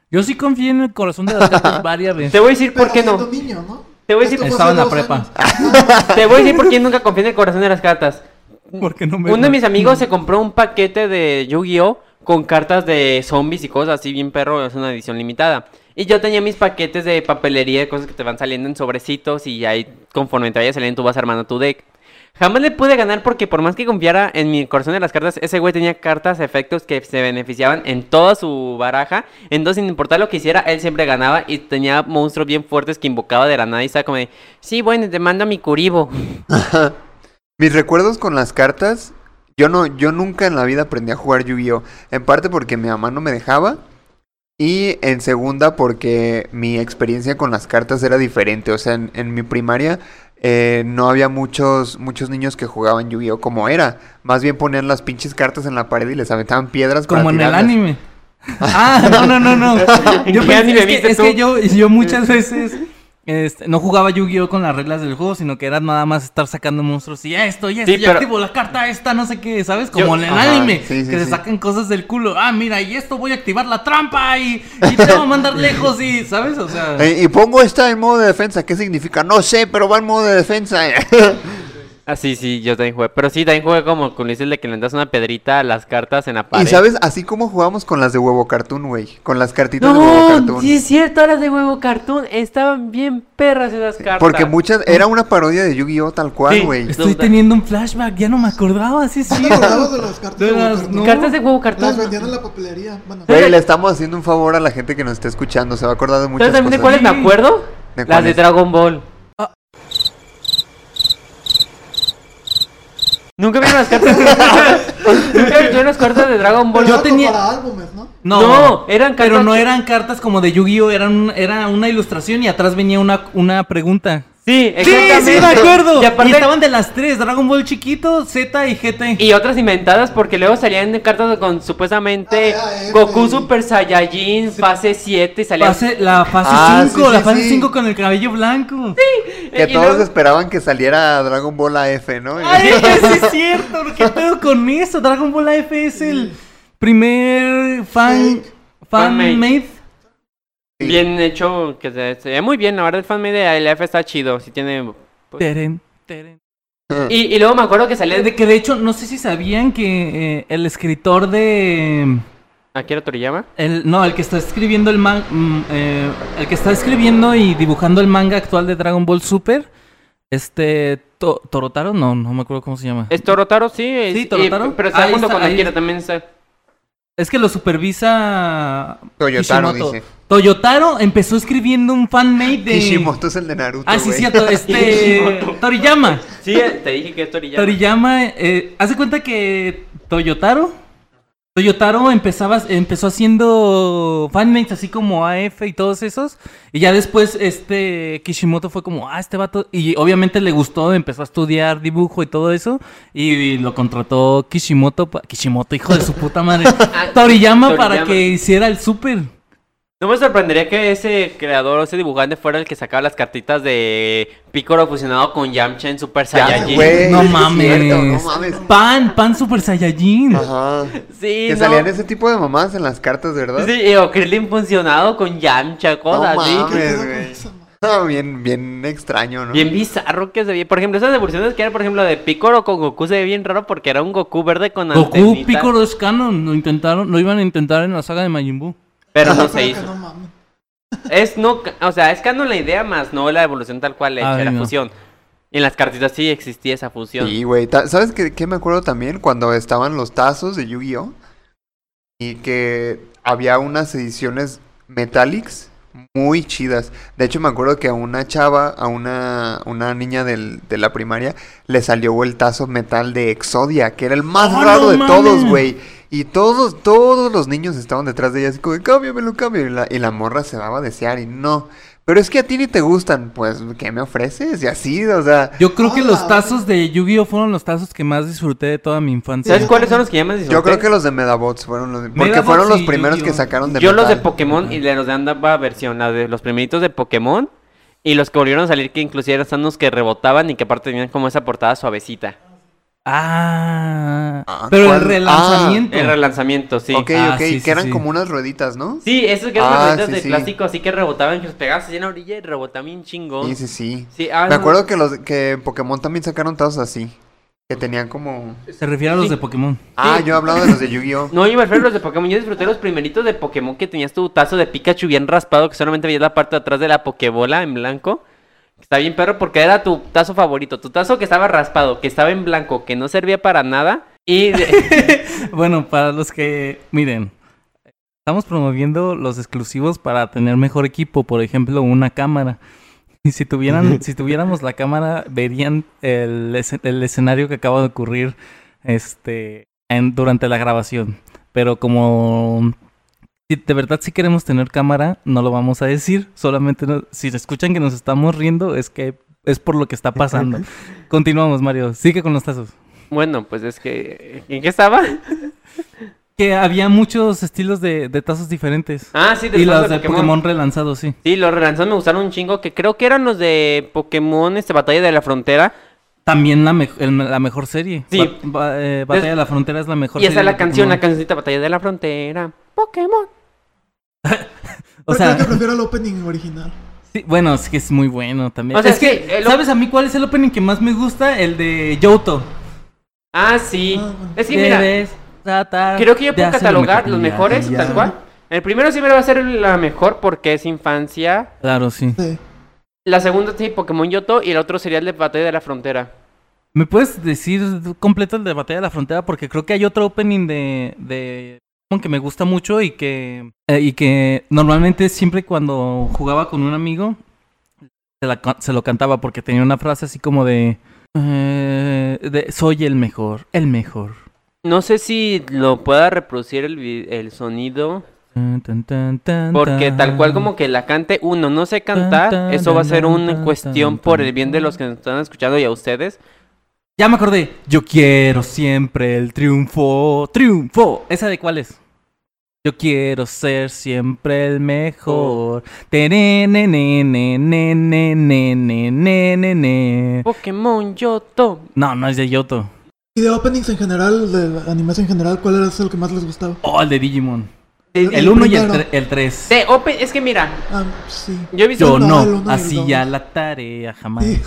S2: Yo sí confié en el corazón de las cartas varias
S4: Te
S2: veces.
S4: voy a decir por
S3: Pero
S4: qué no.
S3: siendo niño, ¿no?
S4: Te voy a decir-
S3: Esto fue
S2: Estaba
S3: hace
S2: en la
S3: dos
S2: prepa.
S3: años.
S4: Te voy a decir por qué nunca confié en el corazón de las cartas.
S2: Porque no me.
S4: Uno de mis amigos se compró un paquete de Yu-Gi-Oh! con cartas de zombies y cosas así, bien perro, es una edición limitada. Y yo tenía mis paquetes de papelería, de cosas que te van saliendo en sobrecitos y ahí conforme te vaya saliendo tú vas armando tu deck. Jamás le pude ganar porque por más que confiara en mi corazón de las cartas, ese güey tenía cartas, efectos que se beneficiaban en toda su baraja. Entonces, sin importar lo que hiciera, él siempre ganaba y tenía monstruos bien fuertes que invocaba de la nada y estaba como de, sí, bueno, te mando a mi curibo.
S1: Mis recuerdos con las cartas, yo no, yo nunca en la vida aprendí a jugar Yu-Gi-Oh! En parte porque mi mamá no me dejaba. Y en segunda porque mi experiencia con las cartas era diferente. O sea, en, en mi primaria eh, no había muchos, muchos niños que jugaban Yu-Gi-Oh! como era. Más bien ponían las pinches cartas en la pared y les aventaban piedras para
S2: Como en el
S1: tirarlas.
S2: anime. Ah, no, no, no, no.
S4: ¿En
S2: Yo
S4: qué
S2: pensé-
S4: anime
S2: es que,
S4: viste
S2: es
S4: tú?
S2: que yo, yo muchas veces este, no jugaba Yu-Gi-Oh con las reglas del juego, sino que era nada más estar sacando monstruos y "Ah, esto y esto. y
S4: Sí, pero-
S2: activo la carta esta, no sé qué, ¿sabes? Como
S4: Yo-
S2: en el
S1: Ajá,
S2: anime,
S1: sí, sí,
S2: que se
S1: sí.
S2: sacan cosas del culo. Ah, mira, y esto voy a activar la trampa y, y te voy a mandar lejos y, ¿sabes? O sea.
S1: Eh, y pongo esta en modo de defensa. ¿Qué significa? No sé, pero va en modo de defensa.
S4: Ah, sí, sí, yo también jugué. Pero sí, también jugué como con Ulises de que le das una pedrita a las cartas en la pared.
S1: y sabes, así como jugamos con las de huevo cartoon, güey. Con las cartitas de huevo
S4: No,
S1: cartoon.
S4: sí es cierto, las de huevo cartoon estaban bien perras esas cartas.
S1: Porque muchas. Era una parodia de Yu-Gi-Oh! tal cual,
S4: Sí.
S1: güey.
S2: Estoy teniendo un flashback, ya no me acordaba, sí, sí.
S3: ¿No te acordabas de las cartas
S2: De
S3: de
S2: las-
S3: Walker, no?
S2: no.
S4: Cartas de huevo cartoon.
S3: Las vendían en la papelería. Bueno,
S1: Güey, le estamos haciendo un favor a la gente que nos está escuchando. Se va a acordar de muchas
S4: ¿Sabes también de
S1: cosas.
S4: cuáles me acuerdo?
S1: ¿De
S4: las de
S1: cuáles?
S4: Dragon Ball.
S2: Ah.
S4: Nunca vieron las cartas. Nunca vieron las cartas de Dragon Ball.
S3: pero
S2: yo
S3: yo
S2: tenía-
S3: tenía... para álbumes, ¿no?
S2: No,
S4: No, eran
S2: Pero
S4: cartas
S2: no
S4: que-
S2: eran cartas como de Yu-Gi-Oh! Eran un- era una ilustración y atrás venía una, una pregunta.
S4: Sí,
S2: Sí, sí,
S4: exactamente.
S2: me acuerdo.
S4: Y
S2: Y,
S4: aparte,
S2: estaban de las tres: Dragon Ball chiquito, Z y GT.
S4: Y otras inventadas porque luego salían cartas con supuestamente
S3: Ah, ah, F.
S4: Goku Super Saiyajin, fase 7 y salían...
S2: Fase- la
S1: Ah,
S2: fase 5,
S1: sí, sí,
S2: la fase
S1: sí.
S2: 5 con el cabello blanco. Sí.
S1: Que
S4: Eh, Y
S1: todos
S4: luego-
S1: esperaban que saliera Dragon Ball AF, ¿no?
S2: Ay, sí es cierto. ¿Qué pedo con eso? Dragon Ball AF es el primer fan.
S3: Fake.
S2: fan
S4: Fan-made.
S2: made.
S1: Sí.
S4: Bien hecho, que se, se ve muy bien, la verdad el fanmade de ALF está chido, sí tiene...
S2: Teren, teren.
S4: Y, y luego me acuerdo que salía de...
S2: De que de hecho, no sé si sabían que eh, el escritor de.
S4: ¿Akira Toriyama?
S2: El, no, el que está escribiendo el man, mm, eh, el que está escribiendo y dibujando el manga actual de Dragon Ball Super, este To- Torotaro, no, no me acuerdo cómo se llama. Es,
S4: ¿Es Torotaro? Sí, es-
S2: Sí, Torotaro.
S4: y- pero está
S2: Ahí
S4: junto
S2: está,
S4: con
S2: ahí
S4: Akira
S2: está.
S4: también está...
S2: que lo supervisa
S1: Toyotaro, dice.
S2: Toyotaro empezó escribiendo un fanmade de
S1: Kishimoto es el de Naruto.
S2: Ah, sí,
S1: güey.
S2: cierto, este
S4: Kishimoto.
S2: Toriyama.
S4: Sí, eh, te dije que es Toriyama.
S2: Toriyama, eh, hace cuenta que Toyotaro. Toyotaro empezaba, empezó haciendo fanmates así como AF y todos esos. Y ya después este Kishimoto fue como, ah, este vato. Y obviamente le gustó, empezó a estudiar dibujo y todo eso. Y, lo contrató Kishimoto. pa- Kishimoto, hijo de su puta madre. Toriyama para
S4: Toriyama.
S2: que hiciera el super.
S4: No me sorprendería que ese creador o ese dibujante fuera el que sacaba las cartitas de Picoro fusionado con Yamcha en Super Saiyajin.
S1: güey.
S2: No
S1: sí es
S2: mames.
S1: cierto, no mames.
S2: Pan, pan Super Saiyajin.
S1: Ajá.
S4: Sí,
S1: que
S4: no.
S1: salían ese tipo de mamás en las cartas, ¿verdad?
S4: Sí, y o Krillin funcionado con Yamcha, cosas
S1: No
S4: así.
S1: mames.
S3: ¿Qué pedo
S1: güey.
S3: con esa madre?
S1: Ah, bien, bien extraño, ¿no?
S4: Bien bizarro que se veía. Por ejemplo, esas evoluciones que era, por ejemplo, de Picoro con Goku se ve bien raro porque era un Goku verde con
S2: Goku,
S4: antenita,
S2: Piccolo es canon. Lo intentaron, lo iban a intentar en la saga de Majin Buu.
S4: Pero no
S3: Para
S4: se
S3: que
S4: hizo.
S3: no mames.
S4: Es no, ca- o sea, es canon la idea más, no la evolución tal cual hecha,
S2: Ay,
S4: la
S2: no.
S4: fusión. Y en las cartitas sí existía esa fusión.
S1: Sí, güey. Ta- ¿Sabes qué, qué me acuerdo también? Cuando estaban los tazos de Yu-Gi-Oh! Y que había unas ediciones Metallics muy chidas. De hecho, me acuerdo que a una chava, a una, una niña del- de la primaria, le salió el tazo metal de Exodia, que era el más
S2: ¡Ah,
S1: raro
S2: no
S1: de
S2: mames!
S1: todos, güey. Y todos, todos los niños estaban detrás de ella, así como, cámbiamelo, cámbiamelo. Y la, y la morra se daba a desear y no. Pero es que a ti ni te gustan, pues, ¿qué me ofreces? Y así, o sea,
S2: Yo creo que
S3: Hola,
S2: los tazos de Yu-Gi-Oh fueron los tazos que más disfruté de toda mi infancia.
S4: ¿Sabes cuáles son los que ya me
S1: Yo
S4: disfruté?
S1: creo que los de Medabots fueron los porque
S2: Medabots
S1: fueron los
S2: y
S1: primeros que
S2: Yu-Gi-Oh.
S1: sacaron de
S4: Yo los de
S1: metal.
S4: Pokémon y de los de Andaba versión, la de los primeritos de Pokémon y los que volvieron a salir que inclusive eran los que rebotaban y que aparte tenían como esa portada suavecita.
S2: Ah,
S1: Ah,
S2: pero
S1: ¿cuál?
S2: el relanzamiento.
S4: El relanzamiento, sí.
S1: Ok,
S2: Ah,
S1: ok,
S2: sí, sí,
S1: que eran
S2: sí.
S1: como unas rueditas, ¿no?
S4: Sí, esos que eran
S1: Ah,
S4: bolitas
S1: sí,
S4: de
S1: sí.
S4: plástico así que rebotaban, que los pegabas así en la orilla y rebotaban bien chingón.
S1: sí, sí. sí.
S4: Sí, ah,
S1: Me
S4: no.
S1: acuerdo que los que en Pokémon también sacaron todos así, que tenían como
S2: Se refiere a los
S4: Sí.
S2: de Pokémon.
S1: Ah, yo he hablado de los de Yu-Gi-Oh.
S4: No, yo me refiero a los de Pokémon. Yo disfruté los primeritos de Pokémon que tenías tu tazo de Pikachu bien raspado, que solamente veías la parte de atrás de la Pokébola en blanco. Está bien, perro, porque era tu tazo favorito. Tu tazo que estaba raspado, que estaba en blanco, que no servía para nada. Y de-
S2: Bueno, para los que. Miren. Estamos promoviendo los exclusivos para tener mejor equipo, por ejemplo, una cámara. Y si tuvieran, si tuviéramos la cámara, verían el, esce- el escenario que acaba de ocurrir este en- durante la grabación. Pero como si de verdad si queremos tener cámara, no lo vamos a decir. Solamente no- si escuchan que nos estamos riendo, es que es por lo que está pasando. Continuamos, Mario. Sigue con los tazos.
S4: bueno, pues es que. ¿En qué estaba?
S2: Que había muchos estilos de, de tazos diferentes.
S4: Ah, sí,
S2: y
S4: los
S2: los
S4: tazos
S2: de Pokémon, relanzados, sí.
S4: Sí, los relanzados me gustaron un chingo, que creo que eran los de Pokémon, este, Batalla de la Frontera.
S2: También la, mej- el- la mejor serie.
S4: Sí.
S2: Ba- ba- eh, Batalla de la Frontera es la mejor
S4: y
S2: serie.
S4: esa es la
S2: de
S4: canción, la
S2: Pokémon.
S4: cancioncita Batalla de la Frontera. Pokémon.
S2: O
S3: Pero
S2: sea,
S3: creo que prefiero el opening original.
S2: sí, bueno, es que es muy bueno también.
S4: O sea,
S2: es
S4: sí,
S2: que,
S4: el o-
S2: ¿sabes a mí cuál es el opening que más me gusta? El de Johto.
S4: Ah, sí.
S3: Ah, bueno.
S4: Es que mira.
S2: Debes tratar
S4: Creo que yo
S2: de
S4: puedo
S2: hacer lo
S4: catalogar
S2: mejor.
S4: los
S2: Ya,
S4: mejores,
S2: ya.
S4: tal cual. El primero siempre va a ser la mejor porque es infancia.
S2: Claro, sí.
S3: Sí.
S4: La segunda sí, Pokémon Yoto. Y el otro sería el de Batalla de la Frontera.
S2: ¿Me puedes decir completo el de Batalla de la Frontera? Porque creo que hay otro opening de, de Pokémon que me gusta mucho y que, eh, y que normalmente siempre cuando jugaba con un amigo se, la ca- se lo cantaba porque tenía una frase así como de, eh, de, soy el mejor, el mejor.
S4: No sé si lo pueda reproducir el, vi- el sonido.
S2: Tan, tan, tan, tan,
S4: Porque tal cual
S2: tan.
S4: como que la cante uno, no sé
S2: tan,
S4: cantar. Eso va a ser
S2: tan,
S4: una
S2: tan,
S4: cuestión
S2: tan,
S4: por
S2: tan,
S4: el bien de los que nos están escuchando y a ustedes.
S2: Ya me acordé, yo quiero siempre el triunfo, triunfo. ¿Esa de cuál es? Yo quiero ser siempre el mejor. Terenenenenenenenenenenenene.
S4: Pokémon Yoto.
S2: No, no es de Yoto.
S3: Y de openings en general, de animes en general, ¿cuál era el que más les gustaba?
S2: Oh, el de Digimon.
S3: El-
S2: El 1 y el
S3: primero.
S2: tre- el 3.
S4: De Open, es que mira,
S3: Ah, sí.
S4: yo he visto...
S2: Yo
S3: el uno, el
S2: no,
S3: uno y el
S2: así
S3: dos.
S2: ya la tarea jamás.
S3: Sí.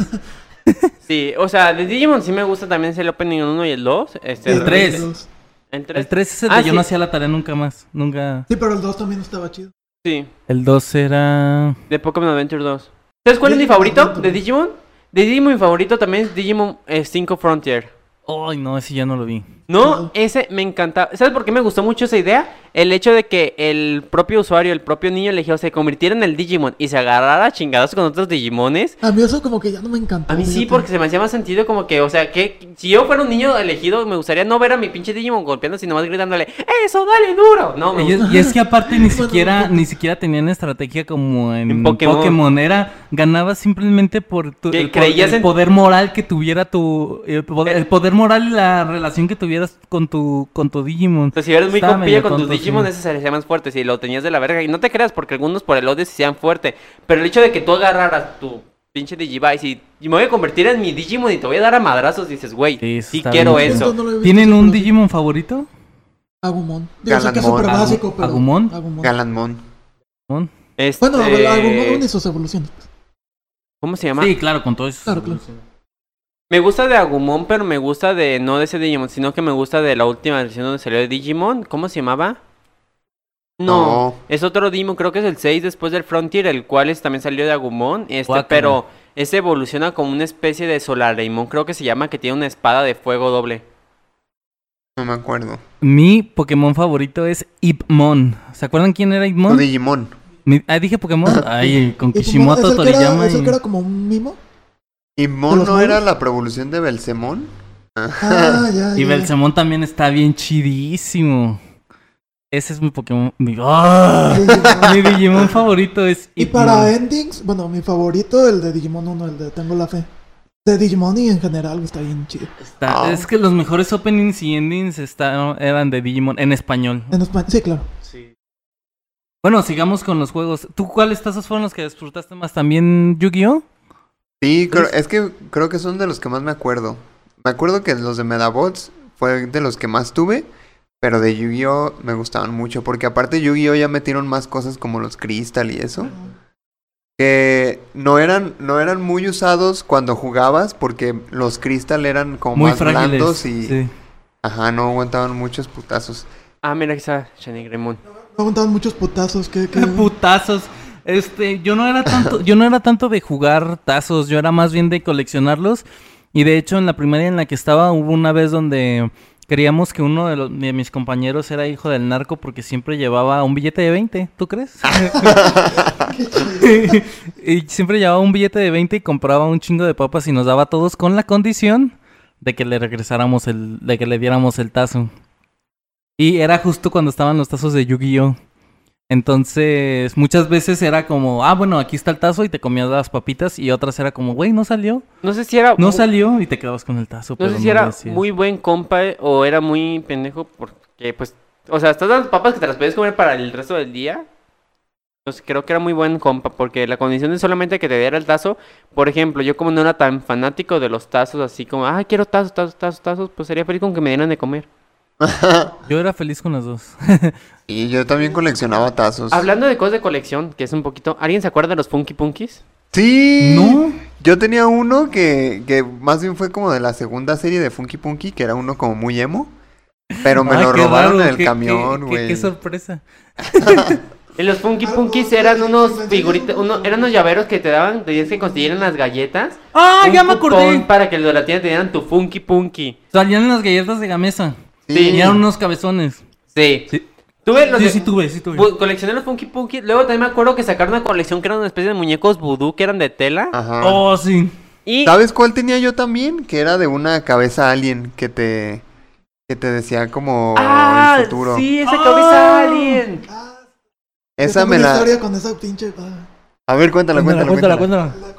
S4: Sí, o sea, de Digimon sí me gusta también es el Opening 1 y el 2. Este,
S2: El tres.
S3: dos.
S4: El 3.
S2: El 3 es el
S4: Ah,
S2: de yo
S4: sí.
S2: no hacía la tarea nunca más, nunca.
S3: Sí, pero el 2 también estaba chido.
S4: Sí.
S2: El 2 era...
S4: De Pokémon Adventure 2. ¿Sabes cuál es mi
S3: Digimon
S4: favorito?
S3: Adventure.
S4: ¿De Digimon? De Digimon mi favorito también es Digimon eh, 5 Frontier.
S2: Ay, no, ese ya no lo vi.
S4: No,
S3: Ajá.
S4: ese me encanta. ¿Sabes por qué me gustó mucho esa idea? El hecho de que el propio usuario, el propio niño elegido, se convirtiera en el Digimon y se agarrara a chingados con otros Digimones.
S3: A mí eso como que ya no me encantó.
S4: A mí sí,
S3: fíjate.
S4: porque se me hacía más sentido como que, o sea, que si yo fuera un niño elegido, me gustaría no ver a mi pinche Digimon golpeando, sino más gritándole, ¡Eso, dale duro! No, me
S2: Y es,
S4: gusta.
S2: y es que aparte ni
S3: Bueno,
S2: siquiera
S3: no.
S2: ni siquiera tenían estrategia como en,
S4: En Pokémon.
S2: Pokémon. Era ganabas simplemente por tu,
S4: Que
S2: el, po-
S4: creías
S2: el
S4: en- Eh.
S2: poder moral que tuviera tu el poder, el poder moral y la relación que estuvieras con tu, con tu Digimon.
S4: Entonces, Pues si eres muy
S2: Estaba
S4: compilla
S2: medio
S4: con tus
S2: tonto, sí.
S4: Digimon, ese se le hacía más fuerte. Si lo tenías de la verga, y no te creas, porque algunos por el odio sí sean fuerte. Pero el hecho de que tú agarraras tu pinche Digivice y, y me voy a convertir en mi Digimon y te voy a dar a madrazos, dices, güey,
S2: Sí,
S4: sí,
S2: eso está
S4: quiero
S2: bien
S4: eso.
S3: Entonces, no lo he visto,
S2: ¿Tienen un
S3: pero sí.
S2: Digimon favorito?
S3: Agumon. Digo, sé que
S1: Galanmon.
S3: es súper
S2: Agu-
S3: básico, pero...
S2: Agumon.
S1: Galanmon.
S2: Mon.
S4: Este,
S3: Bueno, Agumon une sus evoluciones.
S4: ¿Cómo se llama?
S2: Sí, claro, con todo eso.
S3: Claro, claro.
S4: Me gusta de Agumon, pero me gusta de no de ese Digimon, sino que me gusta de la última versión donde salió de Digimon. ¿Cómo se llamaba? No,
S1: No.
S4: es otro Digimon, creo que es el 6 después del Frontier, el cual es- también salió de Agumon. Este,
S2: Guácala.
S4: pero ese evoluciona como una especie de Solareimon, creo que se llama, que tiene una espada de fuego doble.
S1: No me acuerdo.
S2: Mi Pokémon favorito es Ipmon. ¿Se acuerdan quién era
S1: No,
S2: Ipmon?
S1: Digimon.
S2: Mi- Ah, dije Pokémon. Ay, con
S3: Y como-
S2: Kishimoto,
S3: ¿es el que era-
S2: Toriyama.
S3: ¿Es el
S2: y-
S3: que era como un mimo? ¿De
S1: ¿Digimon
S3: los
S1: no era
S3: monos?
S1: la prevolución de Belcemón?
S3: Ah, ya,
S2: Y
S3: ya.
S2: Belzemón también está bien chidísimo. Ese es mi Pokémon. Mi, ¡Ah!
S3: Digimon.
S2: Mi Digimon favorito es
S3: Y
S2: Ip
S3: para
S2: Man.
S3: endings, bueno, mi favorito, el de Digimon 1, el de Tengo la Fe. De Digimon y en general, está bien chido.
S2: Está-
S1: Oh.
S2: Es que los mejores openings y endings estaron- eran de Digimon en español.
S3: En español, sí, claro.
S2: Bueno, sigamos con los juegos. ¿Tú cuáles tazos fueron los que disfrutaste más? ¿También Yu-Gi-Oh?
S1: Sí, creo- es que creo que son de los que más me acuerdo. Me acuerdo que los de Medabots fue de los que más tuve, pero de Yu-Gi-Oh me gustaban mucho, porque aparte Yu-Gi-Oh ya metieron más cosas como los Crystal y eso, que no eran, no eran muy usados cuando jugabas, porque los Crystal eran como
S2: Muy
S1: más
S2: frágiles.
S1: blandos y
S2: sí.
S1: ajá, no aguantaban muchos putazos.
S4: Ah, mira, que está Shanigremon.
S3: Me aguantaban muchos putazos que... que...
S2: Putazos. Este, yo no era tanto, yo no era tanto de jugar tazos, yo era más bien de coleccionarlos. Y de hecho, en la primaria en la que estaba, hubo una vez donde creíamos que uno de, los- de mis compañeros era hijo del narco porque siempre llevaba un billete de 20, ¿tú crees? y siempre llevaba un billete de 20 y compraba un chingo de papas y nos daba a todos con la condición de que le regresáramos el, de que le diéramos el tazo. Y era justo cuando estaban los tazos de Yu-Gi-Oh! Entonces, muchas veces era como, ah, bueno, aquí está el tazo y te comías las papitas. Y otras era como, güey, no salió.
S4: No sé si era,
S2: No
S4: mu-
S2: salió y te quedabas con el tazo.
S4: no
S2: pero
S4: sé si era
S2: decías.
S4: muy buen compa eh, o era muy pendejo, porque pues, o sea, estás dando papas que te las puedes comer para el resto del día. Entonces creo que era muy buen compa, porque la condición es solamente que te diera el tazo. Por ejemplo, yo como no era tan fanático de los tazos, así como, ah, quiero tazos, tazos, tazos, tazos, pues sería feliz con que me dieran de comer.
S2: Yo era feliz con las dos.
S1: Y yo también coleccionaba
S2: Pues
S1: tazos.
S4: Hablando de cosas de colección, que es un poquito. ¿Alguien se acuerda de los Funky Punkies?
S1: Sí.
S2: No.
S1: Yo tenía uno que, que más bien fue como de la segunda serie de Funky Punky, que era uno como muy emo. Pero me
S2: Ay,
S1: lo
S2: qué
S1: robaron
S2: raro,
S1: en el
S2: qué- qué-
S1: camión,
S2: qué-
S1: güey.
S2: Qué sorpresa.
S4: Y Los Funky
S3: Ah,
S4: Punkies
S3: no,
S4: eran
S3: sí, sí,
S4: unos
S3: sí,
S4: figuritas,
S3: sí, sí.
S4: uno- eran unos llaveros que te daban, tenías que conseguir en las galletas.
S2: ¡Ah,
S4: un
S2: ya me
S4: cupón
S2: acordé!
S4: Para que los de la tienda te dieran tu Funky Punky.
S2: Salían las galletas de gamesa.
S1: Sí.
S2: Y eran unos cabezones.
S4: Sí.
S2: Sí.
S4: Tuve los
S2: Sí,
S4: de- Pues-
S2: sí tuve, sí tuve.
S4: bu- coleccioné los Funky Punky. Luego también me acuerdo que sacaron una colección que eran una especie de muñecos vudú que eran de tela.
S3: Ah,
S1: Ajá.
S2: Oh, sí.
S4: Y
S1: ¿Sabes cuál tenía yo también? Que era de una cabeza alien que te, que te decía como
S4: ah,
S1: el futuro.
S4: sí, esa
S2: Ah.
S4: cabeza alien.
S3: Ah, yo
S1: Esa
S3: tengo
S1: me
S3: una
S1: la.
S3: historia con esa pinche... ah,
S1: A ver, cuéntala, cuéntala, cuéntala.
S3: la- con la-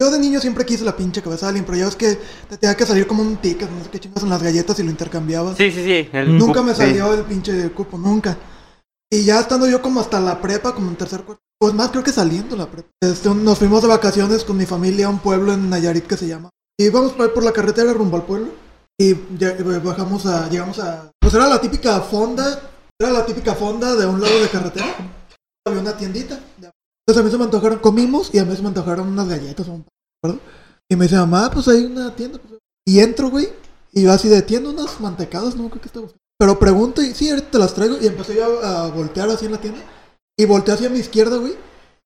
S3: Yo de niño siempre quise la pinche cabeza de alien, pero ya es que te tenía que salir como un ticket, no sé qué chingas en las galletas y lo intercambiabas.
S4: Sí, sí, sí. el
S2: Mm.
S4: cup-
S3: Nunca me
S1: sí.
S3: salió el pinche cupo, nunca. Y ya estando yo como hasta la prepa, como en tercer cuarto. Pues más creo que saliendo la prepa. Este, un- nos fuimos de vacaciones con mi familia a un pueblo en Nayarit que se llama. Y vamos por, por la carretera rumbo al pueblo. Y ya- eh, bajamos a, llegamos a... Pues era la típica fonda, era la típica fonda de un lado de carretera. Había una tiendita. Entonces a mí se me antojaron, comimos y a mí se me antojaron unas galletas o un ¿verdad? Y me dice, mamá, pues hay una tienda. pues". Y entro, güey, y yo así de, tienda unas mantecadas, no creo que está buscando. Pero pregunto y sí, ahorita te las traigo. Y empecé yo a, a voltear así en la tienda. Y volteé hacia mi izquierda, güey.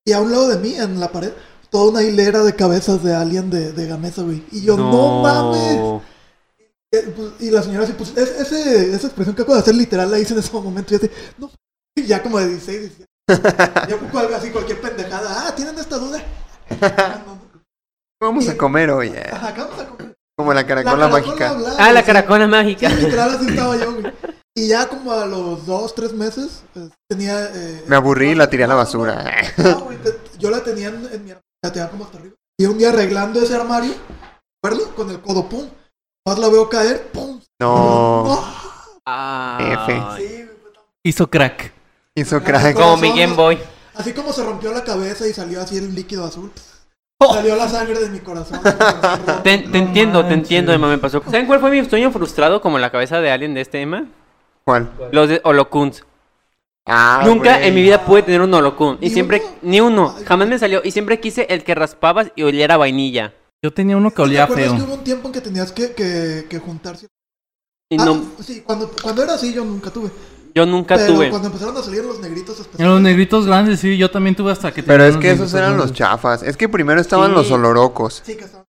S3: Y a un lado de mí, en la pared, toda una hilera de cabezas de alien de, de Gamesa, güey. Y yo, no, mames. Eh, pues, y la señora así, pues, es- ese, esa expresión que acabo de hacer literal la hice en ese momento. Y así, no, y ya como de 16, 17. Ya poco algo así, cualquier pendejada. Ah, tienen esta duda. Ah, no, no.
S1: Vamos a comer hoy. eh.
S3: Ajá, acabamos a comer.
S1: Como la caracola mágica.
S3: hablaba,
S4: Ah, la
S3: así.
S4: caracola mágica.
S3: Sí, literal así estaba yo, güey. Y ya como a los dos, tres meses, eh, tenía... eh,
S1: Me aburrí y la tiré a la
S3: no,
S1: basura.
S3: no, no, güey, te- yo la tenía en, en mi armario, la tenía como hasta arriba. Y un día arreglando ese armario, verlo con el codo, pum. Más la veo caer, pum,
S1: No.
S4: Ah,
S1: F.
S3: Sí, güey, fue tan-
S2: Hizo crack.
S1: Hizo crack.
S4: Como mi Game Boy.
S3: Así como se rompió la cabeza y salió así el líquido azul. Salió la sangre de mi corazón.
S4: Oh. Te, te entiendo, te
S2: manches.
S4: entiendo, Emma, me pasó. ¿Saben cuál fue mi sueño frustrado como la cabeza de alien de este Emma?
S1: ¿Cuál?
S4: Los de Holocuns.
S1: Ah,
S4: Nunca
S1: güey.
S4: en mi vida pude tener un Holocun. Y
S3: ¿Ni
S4: siempre,
S3: uno?
S4: ni uno, jamás me salió. Y siempre quise el que raspabas y oliera a vainilla.
S2: Yo tenía uno que
S3: ¿Te
S2: olía
S3: acuerdas
S2: feo.
S3: que hubo un tiempo en que tenías que, que, que juntar ciertas-
S4: Y
S3: Ah,
S4: no,
S3: sí, cuando, cuando era así yo nunca tuve.
S4: yo nunca
S3: pero
S4: tuve.
S3: cuando empezaron a salir los negritos especiales.
S2: En los negritos grandes, sí, yo también tuve hasta que
S1: Pero
S2: tenía
S1: es
S2: unos
S1: que esos
S2: negritos
S1: eran los
S2: grandes.
S1: chafas. Es que primero estaban
S4: Sí.
S1: los olorocos.
S3: Sí, que estaban.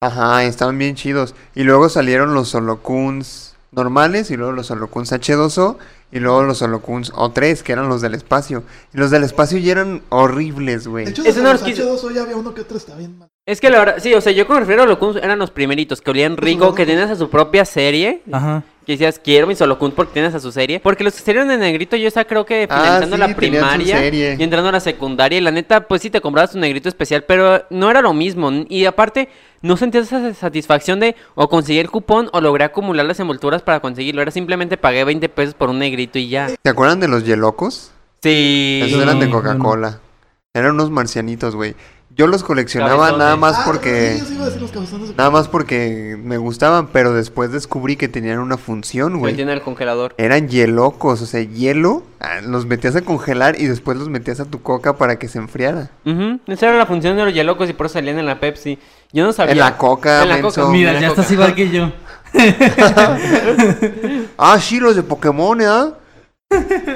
S1: Ajá, estaban bien chidos. Y luego salieron los holocuns normales y luego los holocuns H2O y luego los holocuns O3, que eran los del espacio. Y los del espacio ya eran horribles,
S3: De
S1: güey.
S3: hecho,
S4: Es
S3: desde
S4: una
S3: los
S4: horquilla.
S3: H2O ya había uno que otro está bien mal.
S4: Es que la verdad, sí, o sea, yo con refiero a Holocuns eran los primeritos, que olían
S3: Pues,
S4: rico, que tenías a su propia serie.
S2: Ajá.
S4: Que decías, quiero mis Holocuns porque tienes a su serie. Porque los que salieron en negrito, yo estaba creo que
S1: Ah,
S4: finalizando
S1: sí,
S4: la
S1: tenían su
S4: primaria
S1: serie.
S4: y entrando a la secundaria. Y la neta, pues sí, te comprabas un negrito especial, pero no era lo mismo. Y aparte, no sentías esa satisfacción de o conseguí el cupón o logré acumular las envolturas para conseguirlo. Era simplemente pagué 20 pesos por un negrito y ya.
S1: ¿Se acuerdan de los yelocos?
S4: Sí.
S1: Esos eran de
S2: No, yo no.
S1: Coca-Cola. Eran unos marcianitos, güey. Yo los coleccionaba
S4: Cabezones.
S1: nada más
S3: Ah,
S1: porque...
S3: Sí, yo sí iba a decir los cabezones de-
S1: Nada más porque me gustaban, pero después descubrí que tenían una función,
S4: Lo
S1: güey.
S4: tiene el congelador.
S1: Eran hielocos, o sea, hielo, ah, los metías a congelar y después los metías a tu coca para que se enfriara.
S4: Ujú, Esa era la función de los yelocos y por eso salían en la Pepsi. Yo no sabía.
S1: En la coca,
S4: En la
S1: menso.
S4: coca.
S2: Mira,
S4: Mira,
S2: ya
S4: Coca.
S2: estás igual que yo.
S1: Ah, sí, los de Pokémon, ¿ah?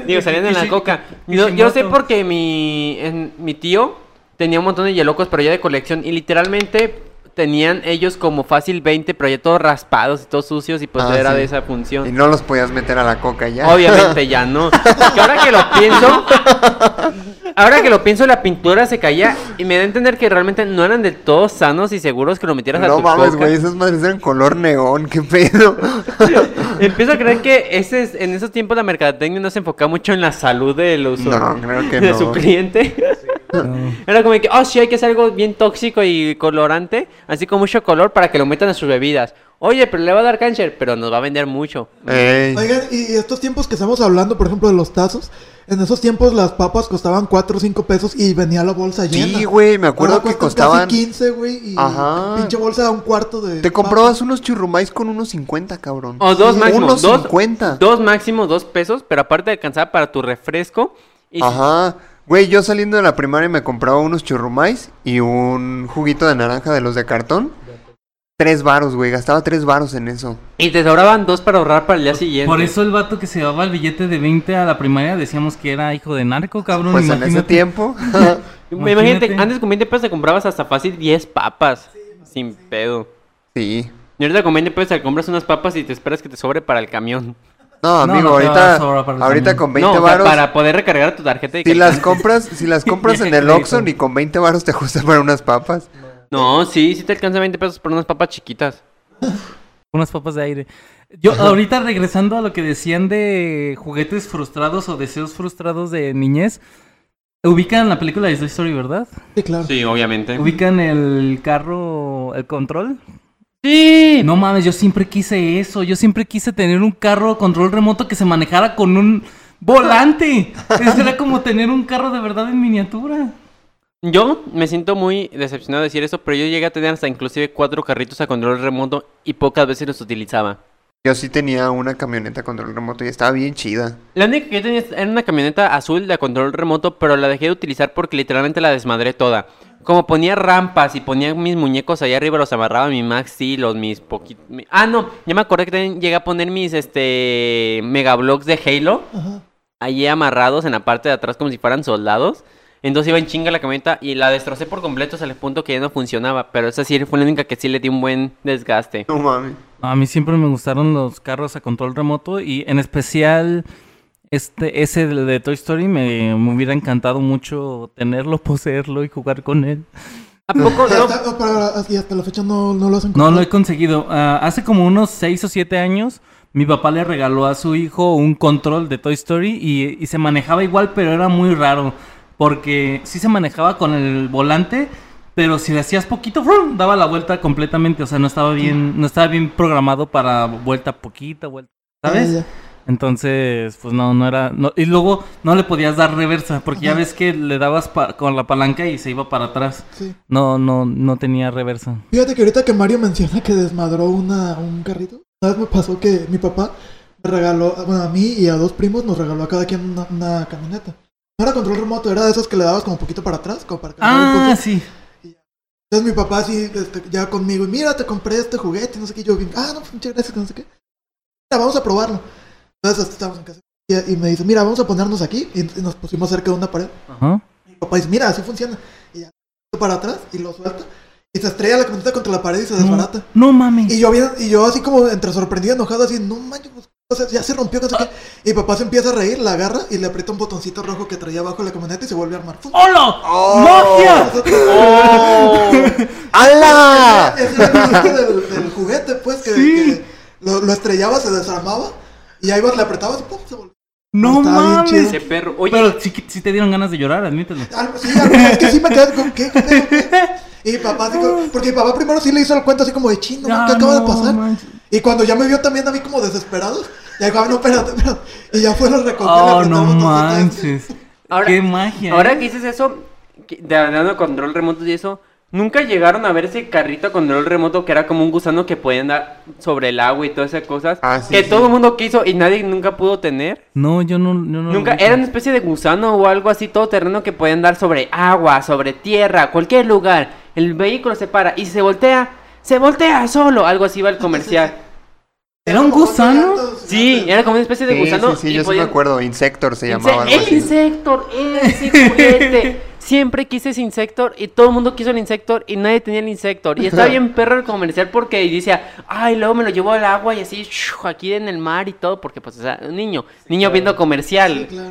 S4: Digo, salían en la
S2: Kishi-
S4: coca.
S2: Kishi-
S4: Yo, yo sé
S2: Kishimoto.
S4: porque mi, en- mi tío tenía un montón de yelocos, pero ya de colección. Y literalmente tenían ellos como fácil 20, pero ya todos raspados y todos sucios. Y pues
S1: Ah,
S4: yo era
S1: sí.
S4: de esa
S1: Y
S4: función.
S1: no los podías meter a la coca ya.
S4: Obviamente ya no. Que ahora que lo pienso, ahora que lo pienso, la pintura se caía. Y me da a entender que realmente no eran del todo sanos y seguros que lo metieras a
S1: No
S4: tu
S1: mames,
S4: coca.
S1: güey, esas madres eran color neón, qué pedo.
S4: Empiezo a creer que ese es- en esos tiempos la mercadotecnia no se enfocaba mucho en la salud del usuario.
S1: No, creo que
S4: de
S1: no.
S4: su cliente.
S2: No.
S4: Era como que, oh, sí, hay que hacer algo bien tóxico y colorante, así con mucho color para que lo metan a sus bebidas. Oye, pero le va a dar cáncer, pero nos va a vender mucho.
S1: Ey,
S3: Oigan, y y estos tiempos que estamos hablando, por ejemplo, de los tazos, en esos tiempos las papas costaban 4 o 5 pesos y venía la bolsa llena.
S1: sí, güey, me acuerdo
S3: Ahora
S1: que
S3: cuestan casi
S1: costaban...
S3: 15, güey, y
S1: Ajá.
S3: pinche bolsa da un cuarto de...
S1: Te
S3: papas.
S1: comprabas unos churrumais con unos 50, cabrón.
S4: O dos máximo,
S1: unos
S4: dos,
S1: 50.
S4: dos máximo, dos pesos, pero aparte alcanzaba para tu refresco. Y
S1: Ajá. Güey, yo saliendo de la primaria me compraba unos churrumais y un juguito de naranja de los de cartón. Tres varos, güey. Gastaba tres varos en eso.
S4: Y te sobraban dos para ahorrar para el día siguiente.
S2: Por eso el vato que se llevaba el billete de 20 a la primaria decíamos que era hijo de narco, cabrón.
S1: Pues en ese
S2: Mm, imagínate.
S1: tiempo.
S4: Me imagínate,
S2: Imagínate.
S4: antes con 20 pesos te comprabas hasta fácil 10 papas. sin pedo.
S1: sí.
S4: Y ahorita con 20 pesos te compras unas papas y te esperas que te sobre para el camión.
S1: No,
S2: No,
S1: amigo,
S2: no te va a
S1: ahorita,
S2: sobrar para el
S1: ahorita
S2: camión.
S1: con
S4: no,
S1: 20
S4: o sea,
S1: varos.
S4: para poder recargar tu tarjeta de
S1: Si las
S4: crédito.
S1: compras, si las compras en
S2: Viaje
S1: el
S2: de
S1: Oxxo
S2: crédito.
S1: y con 20 varos te ajusta para unas papas.
S4: No, sí, sí te alcanza 20 pesos por unas papas chiquitas.
S2: Unas papas de aire. Yo ahorita regresando a lo que decían de juguetes frustrados o deseos frustrados de niñez. Ubican la película de Toy Story, ¿verdad?
S3: Sí, claro.
S4: Sí, obviamente.
S2: Ubican el carro, el control.
S4: Sí.
S2: No mames, yo siempre quise eso. Yo siempre quise tener un carro control remoto que se manejara con un volante. Eso era como tener un carro de verdad en miniatura.
S4: Yo me siento muy decepcionado de decir eso, pero yo llegué a tener hasta inclusive cuatro carritos a control remoto y pocas veces los utilizaba.
S1: Yo sí tenía una camioneta control remoto y estaba bien chida.
S4: La única que yo tenía era una camioneta azul de control remoto, pero la dejé de utilizar porque literalmente la desmadré toda. Como ponía rampas y ponía mis muñecos allá arriba, los amarraba a mi maxi, los mis poquitos... Ah, no, ya me acordé que también llegué a poner mis, este, megablocks de Halo.
S3: Ajá.
S4: allí amarrados en la parte de atrás como si fueran soldados. Entonces iba en chinga la camioneta y la destrocé por completo hasta el punto que ya no funcionaba. Pero esa sí fue la única que sí le di un buen desgaste.
S1: No mames.
S2: A mí siempre me gustaron los carros a control remoto y en especial este ese de, de Toy Story me, me hubiera encantado mucho tenerlo, poseerlo y jugar con él.
S4: ¿A poco
S3: Pero
S4: no?
S3: hasta, oh, pero así hasta la fecha no, no lo hacen
S2: No lo he conseguido. Ah, hace como unos 6 o 7 años mi papá le regaló a su hijo un control de Toy Story y, y se manejaba igual pero era muy raro porque sí se manejaba con el volante Pero si le hacías poquito, ¡frum! daba la vuelta completamente. O sea, no estaba bien, no estaba bien programado para vuelta poquita, vuelta. ¿Sabes?
S3: Ya, ya.
S2: Entonces, pues no, no era. no- y luego no le podías dar reversa, porque ya ves que le dabas pa- con la palanca y se iba para atrás.
S3: Sí.
S2: No, no, no tenía reversa.
S3: Fíjate que ahorita que Mario menciona que desmadró una, un carrito, una vez me pasó que mi papá me regaló, bueno, a mí y a dos primos nos regaló a cada quien una, una camioneta. No era control remoto, era de esos que le dabas como poquito para atrás, como para cambiar un
S2: Ah,
S3: poco.
S2: sí.
S3: Entonces mi papá así, este, ya conmigo, y mira, te compré este juguete, no sé qué, y yo, bien, ah, no, pues, muchas gracias, que no sé qué. Mira, vamos a probarlo. Entonces este, estábamos en casa y, y me dice, mira, vamos a ponernos aquí, y, y nos pusimos cerca de una pared.
S2: Ajá.
S3: Mi papá dice, mira, así funciona. Y ya, para atrás, y lo suelta, y se estrella la camioneta contra la pared y se desbarata.
S2: No mames.
S3: Y yo, bien- y yo así como entre sorprendido, enojado, así, no manches, pues, o sea, ya se rompió, no sé qué. Y papá se empieza a reír, la agarra y le aprieta un botoncito rojo que traía abajo la camioneta y se vuelve a armar. ¡Fum!
S2: ¡Hola!
S1: ¡Oh!
S2: ¡Magia!
S1: ¡Hala!
S3: Ese era el chiste del, del juguete, pues, que,
S2: Sí.
S3: que lo, lo estrellaba, se desarmaba y ahí vas, le apretabas y ¡pum! se volvió.
S2: No
S3: Está bien
S2: mames.
S4: Qué perro. Oye,
S2: Pero sí, que- sí te dieron ganas de llorar, admítelo.
S3: Algo- sí, algo- es que sí me quedé con qué. ¿Qué? ¿Qué? Y papá, así como- porque mi papá primero sí le hizo el cuento así como de chino,
S2: Ah,
S3: ¿qué acaba
S2: no
S3: de pasar?
S2: manches.
S3: Y cuando ya me vio también a mí como desesperado, ya dijo, "Ah, no, espérate, espérate. Y ya fue lo recogió. le
S2: Oh,
S3: apretó
S2: no
S3: el botoncito este.
S2: manches.
S4: Ahora-
S2: Qué magia.
S4: ahora
S2: ¿eh?
S4: que dices eso, que- de hablando de control remoto y eso, nunca llegaron a ver ese carrito a control remoto que era como un gusano que podía andar sobre el agua y todas esas cosas.
S1: Ah, sí,
S4: que
S1: sí.
S4: todo el mundo quiso y nadie nunca pudo tener.
S2: No, yo no, yo no. lo
S4: Nunca,
S2: vi.
S4: era una especie de gusano o algo así, todo terreno que puede andar sobre agua, sobre tierra, cualquier lugar. El vehículo se para y se voltea, se voltea solo, algo así va el comercial.
S2: ¿Era un
S3: como
S2: gusano?
S3: gatos
S4: Sí,
S3: gigantes.
S4: era como una especie de
S1: Sí,
S4: gusano.
S1: sí, sí,
S4: y
S1: yo sí me
S4: podían-
S1: acuerdo. Insector se
S4: Inse-
S1: llamaba. algo
S4: el
S1: así.
S4: insector, ese juguete. este". Siempre quise ese insector y todo el mundo quiso el insector y nadie tenía el insector. Y estaba bien perro el comercial porque decía, ay, luego me lo llevó al agua y así, shoo, aquí en el mar y todo, porque pues, o sea, un niño, niño viendo comercial.
S3: Sí, claro.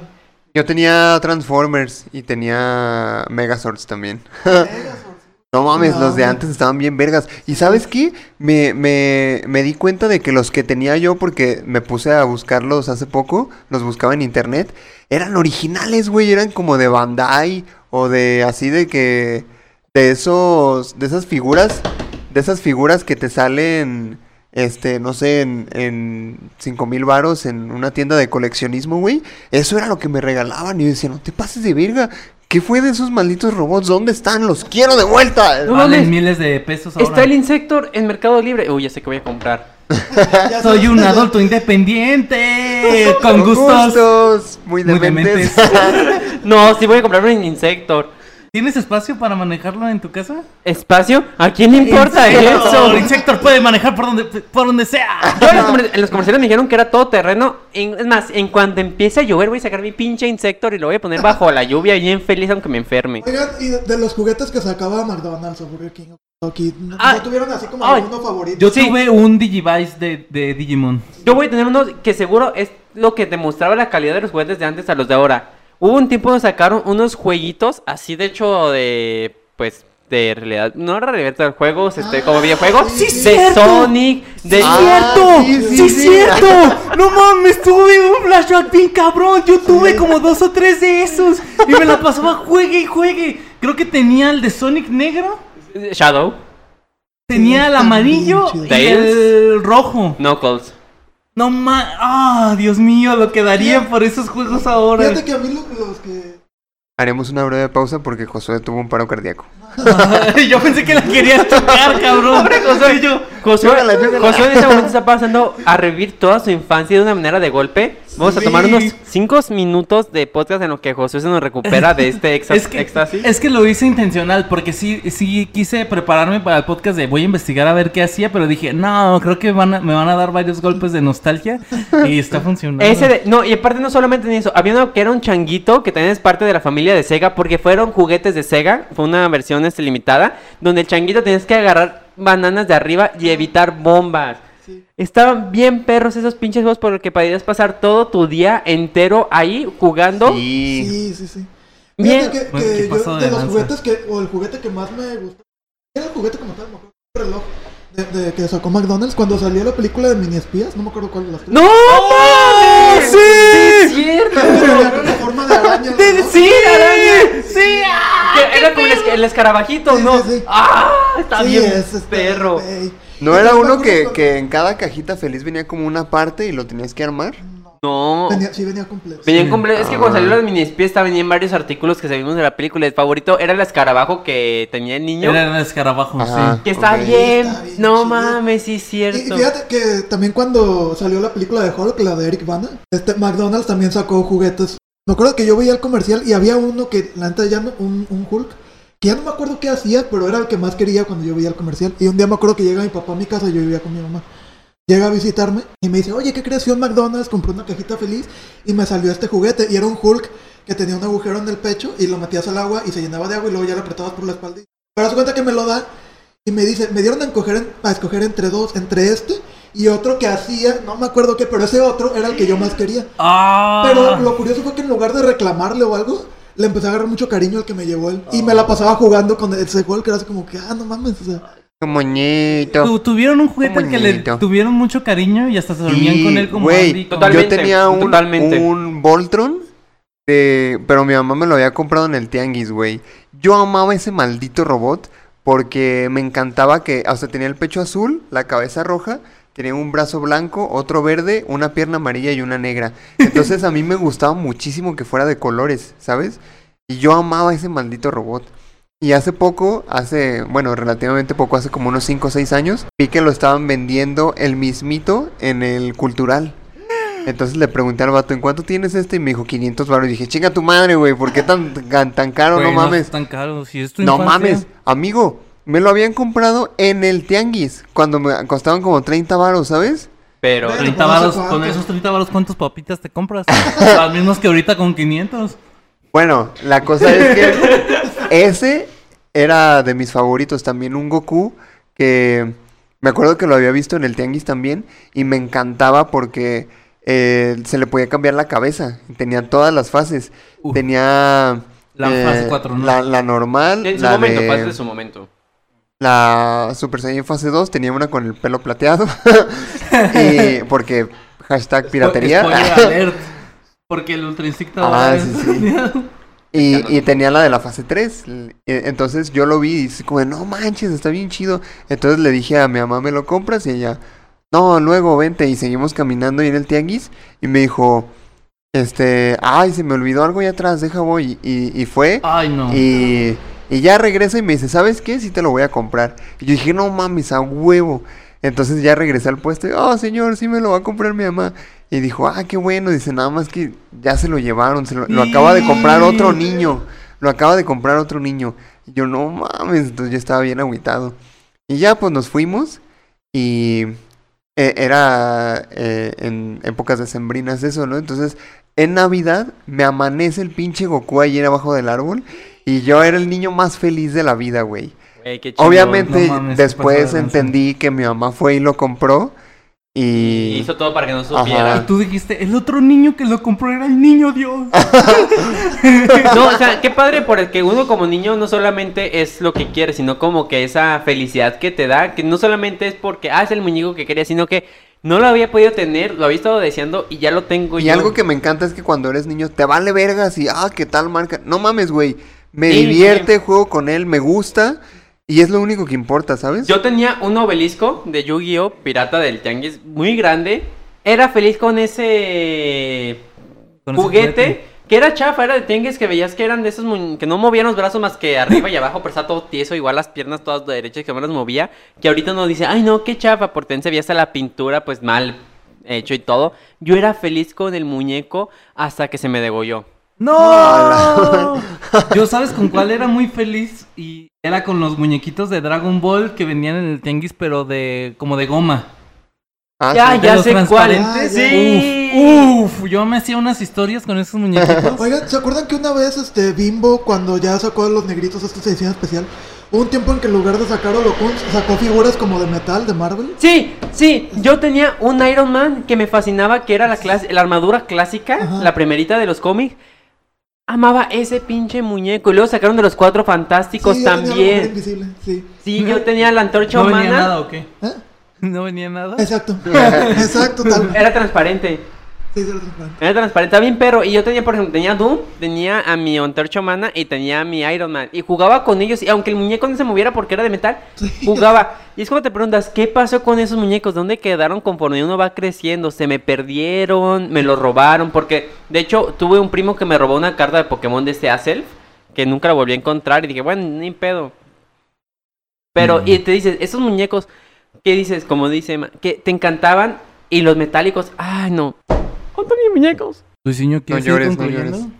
S1: Yo tenía Transformers y tenía Megazords también. No mames,
S3: No,
S1: los de
S3: güey.
S1: antes estaban bien vergas. ¿Y sabes qué? Me, me, me di cuenta de que los que tenía yo, porque me puse a buscarlos hace poco, los buscaba en internet, eran originales, güey, eran como de Bandai o de así de que... De esos, de esas figuras, de esas figuras que te salen, este, no sé, en, en 5 mil varos en una tienda de coleccionismo, güey. Eso era lo que me regalaban y yo decía, no te pases de verga. ¿Qué fue de esos malditos robots? ¿Dónde están? ¡Los quiero de vuelta!
S4: No mames.
S2: Valen miles de pesos ahora.
S4: Está el insector en Mercado Libre. Uy, ya sé que voy a comprar.
S3: Ya
S2: Soy
S3: sé.
S2: un adulto independiente. Con gustos.
S1: gustos, Muy
S2: Muy
S1: dementes.
S4: No, sí voy a comprar un insector.
S2: ¿Tienes espacio para manejarlo en tu casa?
S4: ¿Espacio? ¿A quién le importa eso?
S2: El sector puede manejar por donde, por donde sea.
S4: Yo en los, comer- en los comerciales me dijeron que era todo terreno. En- es más, en cuanto empiece a llover voy a sacar mi pinche insector y lo voy a poner bajo la lluvia bien feliz aunque me enferme.
S3: Oigan, y de, de los juguetes que sacaba McDonald's o Burger King o Kentucky, ¿no,
S4: Ah,
S3: no tuvieron así como
S4: ay,
S3: alguno favorito?
S2: Yo
S4: Sí.
S2: tuve un Digivice de, de Digimon.
S4: Yo voy a tener uno que seguro es lo que demostraba la calidad de los juguetes de antes a los de ahora. Hubo un tiempo donde sacaron unos jueguitos así de hecho de pues de realidad, no era realidad del juego, este como videojuegos
S3: sí,
S4: de
S2: cierto.
S4: Sonic, de
S1: Ah, sí, sí, sí.
S2: No mames, tuve un flashback bien cabrón. Yo tuve como dos o tres de esos. Y me la pasaba juegue y juegue. Creo que tenía el de Sonic negro.
S4: Shadow,
S2: Tenía el amarillo y el rojo.
S4: Knuckles.
S2: No mames. Ah, Dios mío, lo que daría por esos juegos ahora.
S3: Fíjate que a mí lo- los que...
S1: Haremos una breve pausa porque Josué tuvo un paro cardíaco.
S2: yo pensé que la querías tocar, cabrón. José, yo.
S4: Josué,
S1: Llégala, llégala.
S4: Josué en este momento está pasando a revivir toda su infancia de una manera de golpe. Vamos a
S2: Sí.
S4: tomar unos 5 minutos de podcast en lo que Josué se nos recupera de este exa-
S2: Es que,
S4: éxtasis.
S2: es que lo hice intencional porque sí, sí quise prepararme para el podcast de voy a investigar a ver qué hacía, pero dije, no, creo que van a- me van a dar varios golpes de nostalgia y está funcionando.
S4: Ese de- no, y aparte no solamente en eso, había uno que era un changuito que también es parte de la familia de Sega porque fueron juguetes de Sega, fue una versión este, limitada, donde el changuito tenías que agarrar bananas de arriba y evitar bombas. Estaban bien perros esos pinches juegos por los que podías pasar todo tu día entero ahí jugando.
S1: Y...
S3: Sí, sí, sí.
S4: Bien.
S3: Fíjate que,
S2: Bueno,
S3: que
S2: ¿qué
S3: yo
S2: pasó
S3: de,
S2: de
S3: los
S2: lanza?
S3: juguetes que... O el juguete que más me gustó... Era el juguete como tal, me acuerdo, un reloj de, de que sacó McDonald's cuando salió la película de Mini Espías, no me acuerdo cuál de las tres.
S4: ¡No! mames!
S2: ¡Sí!
S4: ¡Sí es cierto!
S3: Tenía como forma de araña. el
S2: De-
S3: reloj.
S2: ¡Sí, araña! ¡Sí! ah!
S4: Que era, era como el, esca- el escarabajito,
S3: Sí,
S4: ¿no?
S3: sí, sí.
S4: ¡Ah! Está
S3: Sí, este,
S4: bien,
S3: ese está
S4: perro.
S3: güey.
S1: ¿No
S3: Y
S1: era
S3: yo me
S1: uno
S3: acuerdo
S1: que,
S3: cuando-
S1: que en cada cajita feliz venía como una parte y lo tenías que armar?
S4: No.
S3: Venía, sí, venía completo.
S4: Venían comple- Es que cuando
S1: Ah.
S4: salió las minispiestas venían varios artículos que seguimos de la película. El favorito era el escarabajo que tenía el niño.
S2: Era el escarabajo,
S1: Ajá.
S2: sí.
S4: Que está
S1: Ok.
S4: bien.
S3: Está bien
S4: no
S3: chido.
S4: mames, sí
S3: Y
S4: es
S3: y
S4: cierto.
S3: fíjate que también cuando salió la película de Hulk, la de Eric Bana, este McDonald's también sacó juguetes. Me acuerdo que yo veía el comercial y había uno que, la neta, ya no, un, un Hulk, que ya no me acuerdo qué hacía, pero era el que más quería cuando yo veía el comercial. Y un día me acuerdo que llega mi papá a mi casa, yo vivía con mi mamá. Llega a visitarme y me dice, oye, ¿qué crees? Fui a un McDonald's, compré una cajita feliz y me salió este juguete. Y era un Hulk que tenía un agujero en el pecho y lo metías al agua y se llenaba de agua y luego ya lo apretabas por la espalda. y- Pero haz de cuenta que me lo da y me dice, me dieron a, encoger en- a escoger entre dos, entre este y otro que hacía, no me acuerdo qué, pero ese otro era el que yo más quería.
S2: Ah.
S3: Pero lo curioso fue que en lugar de reclamarle o algo, le empecé a agarrar mucho cariño al que me llevó él. Y me la pasaba jugando con ese gol que era así como que, ah, no mames, o sea,
S1: Como moñito.
S2: Tu- Tuvieron un juguete al que le
S1: Bonito.
S2: tuvieron mucho cariño y hasta se dormían
S1: Sí,
S2: con él como
S1: güey,
S2: Andy. con-
S4: Totalmente.
S1: Yo tenía un,
S4: totalmente.
S1: un Voltron, de- pero mi mamá me lo había comprado en el Tianguis, güey. Yo amaba ese maldito robot porque me encantaba que, o sea, tenía el pecho azul, la cabeza roja, tenía un brazo blanco, otro verde, una pierna amarilla y una negra. Entonces a mí me gustaba muchísimo que fuera de colores, ¿sabes? Y yo amaba ese maldito robot. Y hace poco, hace, bueno, relativamente poco, hace como unos 5 o 6 años, vi que lo estaban vendiendo el mismito en el cultural. Entonces le pregunté al vato, ¿en cuánto tienes este? Y me dijo 500 baros. Y dije, chinga tu madre, güey, ¿por qué tan, tan, tan caro?
S2: Güey,
S1: no mames.
S2: es tan caro. Si es tu
S1: No
S2: infancia.
S1: mames, amigo, me lo habían comprado en el tianguis, cuando me costaban como 30 baros, ¿sabes?
S4: Pero.
S3: Bueno,
S2: 30
S3: no sé
S2: varos, con
S3: cuánto.
S2: esos 30 varos, ¿cuántos papitas te compras? Las mismas que ahorita con 500.
S1: Bueno, la cosa es que ese era de mis favoritos también, un Goku que me acuerdo que lo había visto en el Tianguis también y me encantaba porque eh, se le podía cambiar la cabeza, tenía todas las fases,
S2: Uf.
S1: tenía eh,
S2: La fase cuatro, ¿no?
S1: la, la normal,
S4: En su
S1: la
S4: momento,
S1: de-
S4: pasa de su momento.
S1: la Super Saiyan fase 2, tenía una con el pelo plateado y porque hashtag piratería.
S2: Spoiler alert. Porque el Ultra Instinto
S1: Ah,
S2: va a-
S1: sí, sí. Y, y tenía la de la fase 3. Entonces yo lo vi y dice como, de, no manches, está bien chido. Entonces le dije a mi mamá, ¿me lo compras? Y ella, no, luego vente. Y seguimos caminando y en el tianguis. Y me dijo, este, ay, se me olvidó algo ahí atrás, deja voy. Y, y fue.
S2: Ay, no.
S1: Y, y ya regresa y me dice, ¿sabes qué? Sí te lo voy a comprar. Y yo dije, no mames, a huevo. Entonces ya regresé al puesto y, oh, señor, sí me lo va a comprar mi mamá. Y dijo, ah, qué bueno. Dice, nada más que ya se lo llevaron, se lo, lo acaba de comprar otro
S2: Sí.
S1: niño. Lo acaba de comprar otro niño. Y yo, no mames, entonces yo estaba bien agüitado. Y ya, pues nos fuimos y eh, era eh, en épocas decembrinas eso, ¿no? Entonces, en Navidad me amanece el pinche Goku ayer abajo del árbol y yo era el niño más feliz de la vida, güey.
S4: Güey, qué chingón.
S1: Obviamente,
S2: no mames, qué
S1: después
S2: pasada de lanza.
S1: entendí que mi mamá fue y lo compró y...
S4: Hizo todo para que no
S2: Y
S4: supiera.
S1: Ajá.
S2: tú dijiste, el otro niño que lo compró era el niño Dios.
S4: No, o sea, qué padre por el que uno como niño no solamente es lo que quiere, sino como que esa felicidad que te da, que no solamente es porque, ah, es el muñeco que quería, sino que no lo había podido tener, lo había estado deseando y ya lo tengo
S1: Y
S4: yo.
S1: algo que me encanta es que cuando eres niño te vale vergas y, ah, qué tal marca. No mames, güey. Me
S4: Sí,
S1: divierte, juego con él, me gusta y es lo único que importa, ¿sabes?
S4: Yo tenía un obelisco de Yu-Gi-Oh! Pirata del Tianguis muy grande. Era feliz con ese
S2: Con ese
S4: juguete, que era chafa, era de Tianguis que veías que eran de esos muñ- que no movían los brazos más que arriba y abajo, pero estaba todo tieso, igual las piernas todas derechas que no las movía. Que ahorita uno dice, ay no, qué chafa, porque en se veía hasta la pintura pues mal hecho y todo. Yo era feliz con el muñeco hasta que se me degolló.
S2: ¡No! Yo, ¿sabes con cuál era muy feliz? Y era con los muñequitos de Dragon Ball que vendían en el tianguis, pero de como de goma.
S1: Ah,
S4: ya,
S1: sí.
S4: ya
S2: los
S4: sé cuál.
S3: transparentes.
S4: Sí.
S2: Uf, uf, yo me hacía unas historias con esos muñequitos.
S3: Oigan, ¿se acuerdan que una vez este Bimbo, cuando ya sacó a los negritos esta edición especial, hubo un tiempo en que en lugar de sacar holocuns, sacó figuras como de metal, de Marvel?
S4: Sí, sí, yo tenía un Iron Man que me fascinaba, que era la, clas- la armadura clásica,
S3: Ajá.
S4: la primerita de los cómics. Amaba ese pinche muñeco. Y luego sacaron de los cuatro fantásticos
S3: Sí, ya tenía la mujer
S4: también.
S3: invisible, sí.
S4: Sí, yo tenía la antorcha
S2: ¿No venía
S4: humana.
S2: nada o qué?
S3: ¿Eh?
S2: ¿No venía nada?
S3: Exacto. Exacto, tal.
S4: Era transparente.
S3: Sí, era transparente.
S4: Era transparente, está bien, pero. Y yo tenía, por ejemplo, tenía a Doom, tenía a mi Ontercho Mana y tenía a mi Iron Man. Y jugaba con ellos. Y aunque el muñeco no se moviera porque era de metal, jugaba. Y es como te preguntas, ¿qué pasó con esos muñecos? ¿Dónde quedaron conforme uno va creciendo? ¿Se me perdieron? ¿Me los robaron? Porque, de hecho, tuve un primo que me robó una carta de Pokémon de este Self que nunca la volví a encontrar. Y dije, bueno, ni pedo. Pero,
S1: Mm.
S4: y te dices, esos muñecos, ¿qué dices? Como dice Emma, que te encantaban. Y los metálicos, ay, no. ¿Cuántos mis muñecos?
S2: Luisinho, ¿quieres
S1: No
S2: ir
S1: llores, no
S2: concluyendo?
S1: llores.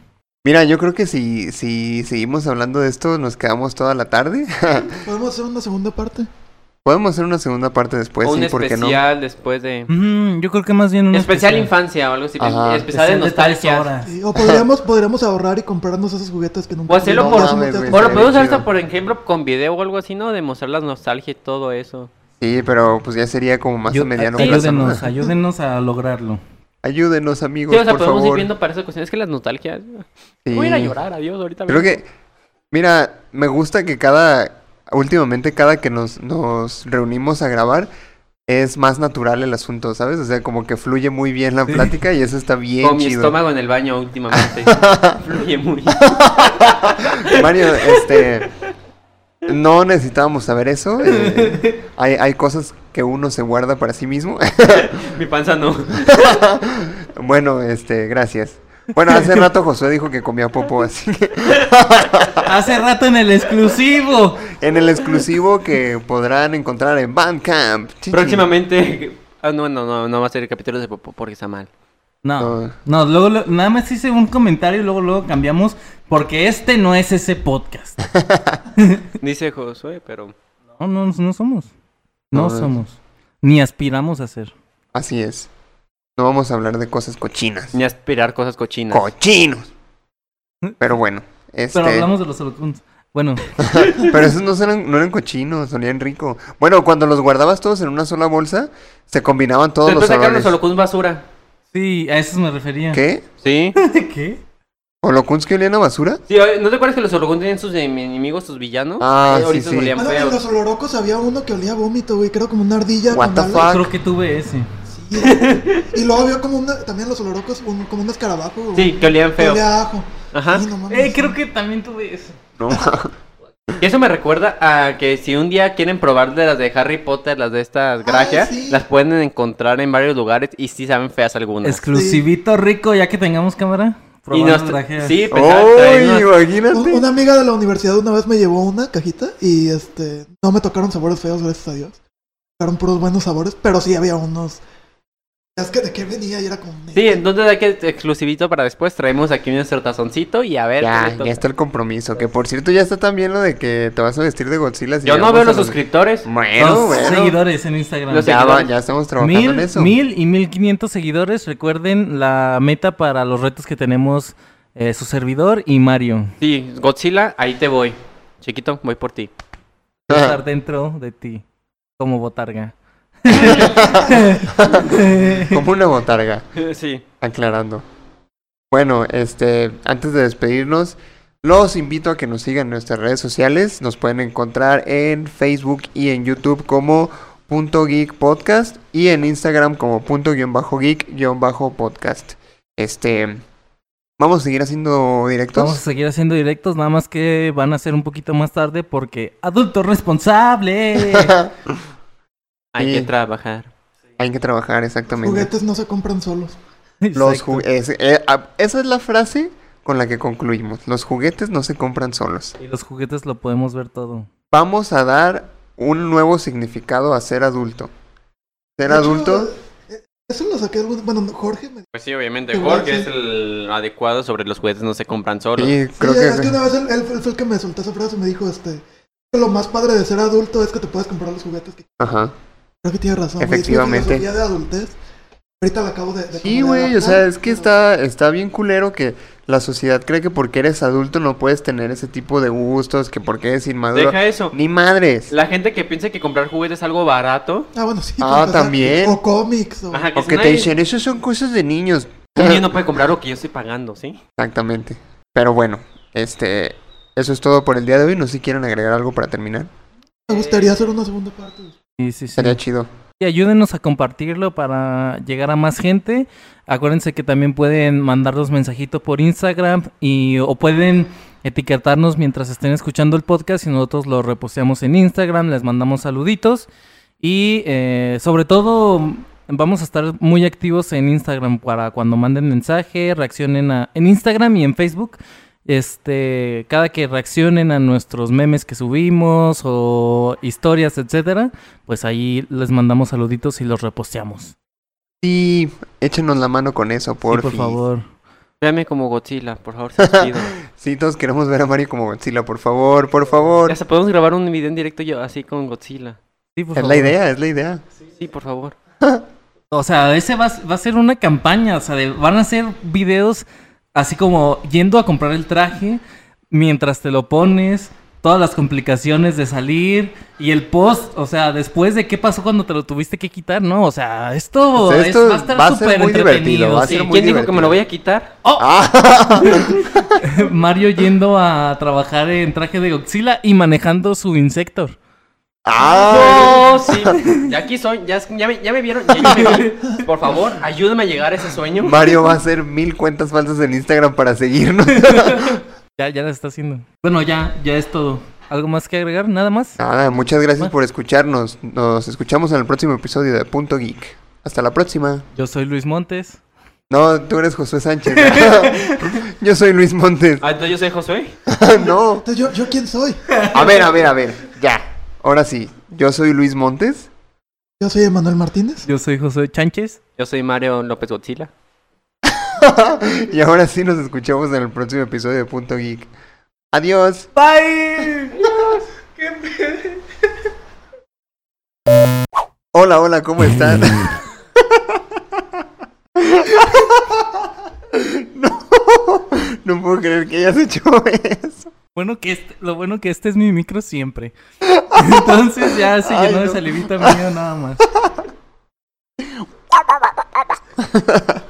S1: Mira, yo creo que si, si seguimos hablando de esto, nos quedamos toda la tarde.
S3: Podemos hacer una segunda parte.
S1: Podemos hacer una segunda parte después,
S4: o un
S1: Pues sí, ¿por qué no?
S4: especial después de.
S2: Mm, yo creo que más bien un
S4: Especial infancia o algo así.
S1: Ajá.
S4: Especial de
S2: de tres
S4: nostalgia.
S2: horas.
S3: Sí, Eh, o podríamos, podríamos ahorrar y comprarnos esos juguetes que nunca.
S4: O hacerlo
S3: no,
S4: por-
S3: no, no,
S1: por-
S3: no, no, no.
S4: O lo
S1: Pues Estaría
S4: podemos hacer hasta,
S1: chido.
S4: por ejemplo, con video o algo así, ¿no? De mostrar la nostalgia y todo eso.
S1: Sí, pero pues ya sería como más
S2: Yo- eh,
S1: a mediano plazo. ¿no?
S2: ayúdenos, ayúdenos a lograrlo.
S1: Ayúdenos, amigos,
S4: Sí, o sea,
S1: por
S4: podemos ir
S1: favor.
S4: viendo para esas cuestiones que las nostalgias.
S1: Sí.
S4: Voy a ir a llorar, adiós, ahorita.
S1: Creo
S4: vengo.
S1: que, mira, me gusta que cada, últimamente cada que nos, nos reunimos a grabar, es más natural el asunto, ¿sabes? O sea, como que fluye muy bien la plática y eso está bien
S4: Con mi
S1: chido.
S4: estómago en el baño últimamente. Fluye muy.
S1: Mario, este, no necesitábamos saber eso. eh, hay, hay cosas que uno se guarda para sí mismo.
S4: Mi panza no.
S1: bueno, este, gracias. Bueno, hace rato Josué dijo que comía popo, así que
S2: Hace rato en el exclusivo.
S1: en el exclusivo que podrán encontrar en Bandcamp. Chichi.
S4: Próximamente. Ah, no, no, no, no va a ser capítulos de Popó porque está mal.
S2: No,
S1: No.
S2: no, luego, lo- nada más hice un comentario y luego, luego cambiamos porque este no es ese podcast.
S4: Dice Josué, pero.
S2: No, no, no somos. No,
S1: No, es-
S2: somos. Ni aspiramos a ser.
S1: Así es. No vamos a hablar de cosas cochinas.
S4: Ni aspirar cosas cochinas.
S1: Cochinos. Pero bueno, este,
S2: Pero
S1: pero,
S2: hablamos de los Holocuns. Bueno,
S1: esos no eran, no eran cochinos, sonían rico. Bueno, cuando los guardabas todos en una sola bolsa, se combinaban todos
S4: Después
S1: los
S4: sacaron los
S1: olores.
S4: holocuns basura.
S2: sí, a eso me refería.
S1: ¿Qué?
S4: Sí.
S2: ¿Qué?
S1: ¿Holocuns que olían a basura?
S4: Sí, oye, ¿no te acuerdas que los Orgón tenían sus em- enemigos, sus villanos? Eh,
S1: Ah, sí,
S4: ahorita
S1: sí.
S4: olían
S3: Ah, no, en
S4: feos.
S3: los olorocos había uno que olía a vómito, güey, que era como una ardilla.
S1: What
S3: con
S1: the
S3: alas.
S1: fuck?
S2: Creo que tuve ese.
S3: Sí, güey. y luego había como una, también en los olorocos, un- como un escarabajo. güey,
S4: Sí, que olían
S3: que
S4: feo.
S3: olía a ajo.
S4: Ajá.
S3: Sí, no mames.
S2: Eh, creo que también tuve ese.
S1: No.
S4: Y eso me recuerda a que si un día quieren probar de las de Harry Potter, las de estas gracias,
S3: sí.
S4: las pueden encontrar en varios lugares y sí saben feas algunas.
S2: Exclusivito rico, ya que tengamos cámara.
S4: Y
S2: probando
S4: nos-
S2: trajeras.
S4: Sí, pensaban traer
S1: ¡Uy,
S4: unas-
S3: Un-
S1: ¡Oh, imagínate!
S3: una amiga de la universidad una vez me llevó una cajita y este no me tocaron sabores feos, gracias a Dios. Tocaron puros buenos sabores, pero sí había unos. Es que de qué venía y era como.
S4: Sí, entonces hay que exclusivito para después. Traemos aquí nuestro tazoncito y a ver.
S1: Ya,
S4: qué le
S1: ya
S4: toca.
S1: está el compromiso. Que por cierto, ya está también lo de que te vas a vestir de Godzilla. si
S4: Yo
S1: ya
S4: no
S1: vamos
S4: veo
S1: a
S4: los suscriptores.
S1: Bueno,
S2: Los
S1: bueno.
S2: seguidores en Instagram.
S4: Los
S1: Ya, va-
S4: seguidores.
S1: ya estamos trabajando en
S2: Mil,
S1: eso.
S2: mil y mil quinientos seguidores. Recuerden la meta para los retos que tenemos eh, su servidor y Mario.
S4: Sí, Godzilla, ahí te voy. Chiquito, voy por ti.
S2: Quiero Estar dentro de ti, como botarga.
S1: Como una botarga.
S4: sí.
S1: Aclarando. Bueno, este, antes de despedirnos, los invito a que nos sigan en nuestras redes sociales. Nos pueden encontrar en Facebook y en YouTube como punto geek podcast y en Instagram como punto guión bajo geek guión bajo podcast. Este, vamos a seguir haciendo directos.
S2: Vamos a seguir haciendo directos, nada más que van a ser un poquito más tarde porque adulto responsable.
S4: Hay
S1: Sí.
S4: que trabajar.
S1: Hay que trabajar exactamente.
S3: Juguetes no se compran solos.
S1: Los
S2: Exacto.
S1: ju- es- eh, ah, esa es la frase con la que concluimos. Los juguetes no se compran solos.
S2: Y los juguetes lo podemos ver todo.
S1: vamos a dar un nuevo significado a ser adulto. Ser
S3: De hecho,
S1: adulto,
S3: eh, Eso lo saqué. algún- Bueno, Jorge me.
S4: Pues sí, obviamente,
S3: Sí,
S4: Jorge
S3: sí.
S4: es el adecuado sobre los juguetes, no se compran solos.
S1: sí, creo
S3: sí,
S1: que,
S3: es que una vez él, él- él fue el que me soltó esa frase y me dijo: Este. que Lo más padre de ser adulto es que te puedes comprar los juguetes. Que...
S1: ajá.
S3: Creo que tiene razón.
S1: Efectivamente.
S3: La de adultez. Ahorita la acabo de. de
S1: Sí,
S3: como de
S1: güey, o
S3: adaptar,
S1: sea, es que
S3: pero-
S1: está está bien culero que la sociedad cree que porque eres adulto no puedes tener ese tipo de gustos, que porque eres inmaduro.
S4: Deja eso.
S1: Ni madres.
S4: La gente que piensa que comprar juguetes es algo barato.
S3: Ah, bueno, sí.
S1: Ah,
S3: para empezar.
S1: también.
S3: O cómics. O...
S4: Ajá, que
S1: Porque
S4: es una-
S1: te dicen, eso son cosas de niños.
S4: Un niño no puede comprar lo que yo estoy pagando, ¿sí?
S1: Exactamente. Pero bueno, este eso es todo por el día de hoy. No sé si quieren agregar algo para terminar.
S3: Me gustaría hacer una segunda parte.
S2: Sí, sí, sí.
S1: Sería chido.
S2: Y ayúdenos a compartirlo para llegar a más gente. Acuérdense que también pueden mandarnos mensajitos por Instagram y o pueden etiquetarnos mientras estén escuchando el podcast y nosotros lo reposteamos en Instagram, les mandamos saluditos y eh, sobre todo vamos a estar muy activos en Instagram para cuando manden mensaje, reaccionen a, en Instagram y en Facebook. Este, cada que reaccionen a nuestros memes que subimos o historias, etcétera, pues ahí les mandamos saluditos y los reposteamos.
S1: Sí, échenos la mano con eso,
S2: Sí,
S1: por,
S2: por favor.
S4: Véame como Godzilla, por favor, se los pido.
S1: Sí, todos queremos ver a Mario como Godzilla, por favor, por favor.
S4: Hasta podemos grabar un video en directo yo así con Godzilla.
S2: Sí, por
S1: Es la
S2: favor.
S1: idea, es la idea.
S4: Sí, por favor.
S2: O sea, ese va, va a ser una campaña, o sea, de- van a ser videos así como yendo a comprar el traje mientras te lo pones, todas las complicaciones de salir y el post, o sea, después de qué pasó cuando te lo tuviste que quitar, ¿no? O sea, esto,
S1: O sea,
S2: es-
S1: esto
S2: va a estar
S1: va a ser
S2: súper
S1: muy divertido,
S2: entretenido.
S1: va a
S2: sí.
S1: ser
S4: ¿Quién
S1: muy
S4: dijo que me
S1: divertido.
S4: lo voy a quitar?
S1: Ah,
S2: Mario yendo a trabajar en traje de Godzilla y manejando su Insector.
S1: ah,
S4: ¡No! Sí, ya aquí soy, ya, ya me, ya me vieron, ya, ya me vi. Por favor, ayúdame a llegar a ese sueño.
S1: Mario va a hacer mil cuentas falsas en Instagram para seguirnos.
S2: Ya, ya la está haciendo. Bueno, ya, ya es todo. ¿Algo más que agregar? ¿Nada más?
S1: Nada, muchas gracias por escucharnos. Nos escuchamos en el próximo episodio de Punto Geek. Hasta la próxima.
S2: Yo soy Luis Montes.
S1: No, tú eres Josué Sánchez. yo soy Luis Montes.
S4: Ah, entonces yo soy Josué.
S1: Ah, no.
S3: Entonces, ¿yo, ¿yo quién soy?
S1: A ver, a ver, a ver. Ya. Ahora sí. Yo soy Luis Montes.
S3: Yo soy Emanuel Martínez.
S2: Yo soy José Chánchez.
S4: Yo soy Mario López Godzilla.
S1: Y ahora sí nos escuchamos en el próximo episodio de Punto Geek. Adiós.
S2: Bye.
S1: Hola, hola, ¿cómo están? no, no puedo creer que hayas hecho eso.
S2: Bueno que este- lo bueno que este es mi micro siempre. Entonces ya se
S1: Ay,
S2: llenó de
S1: no.
S2: salivita mía nada más.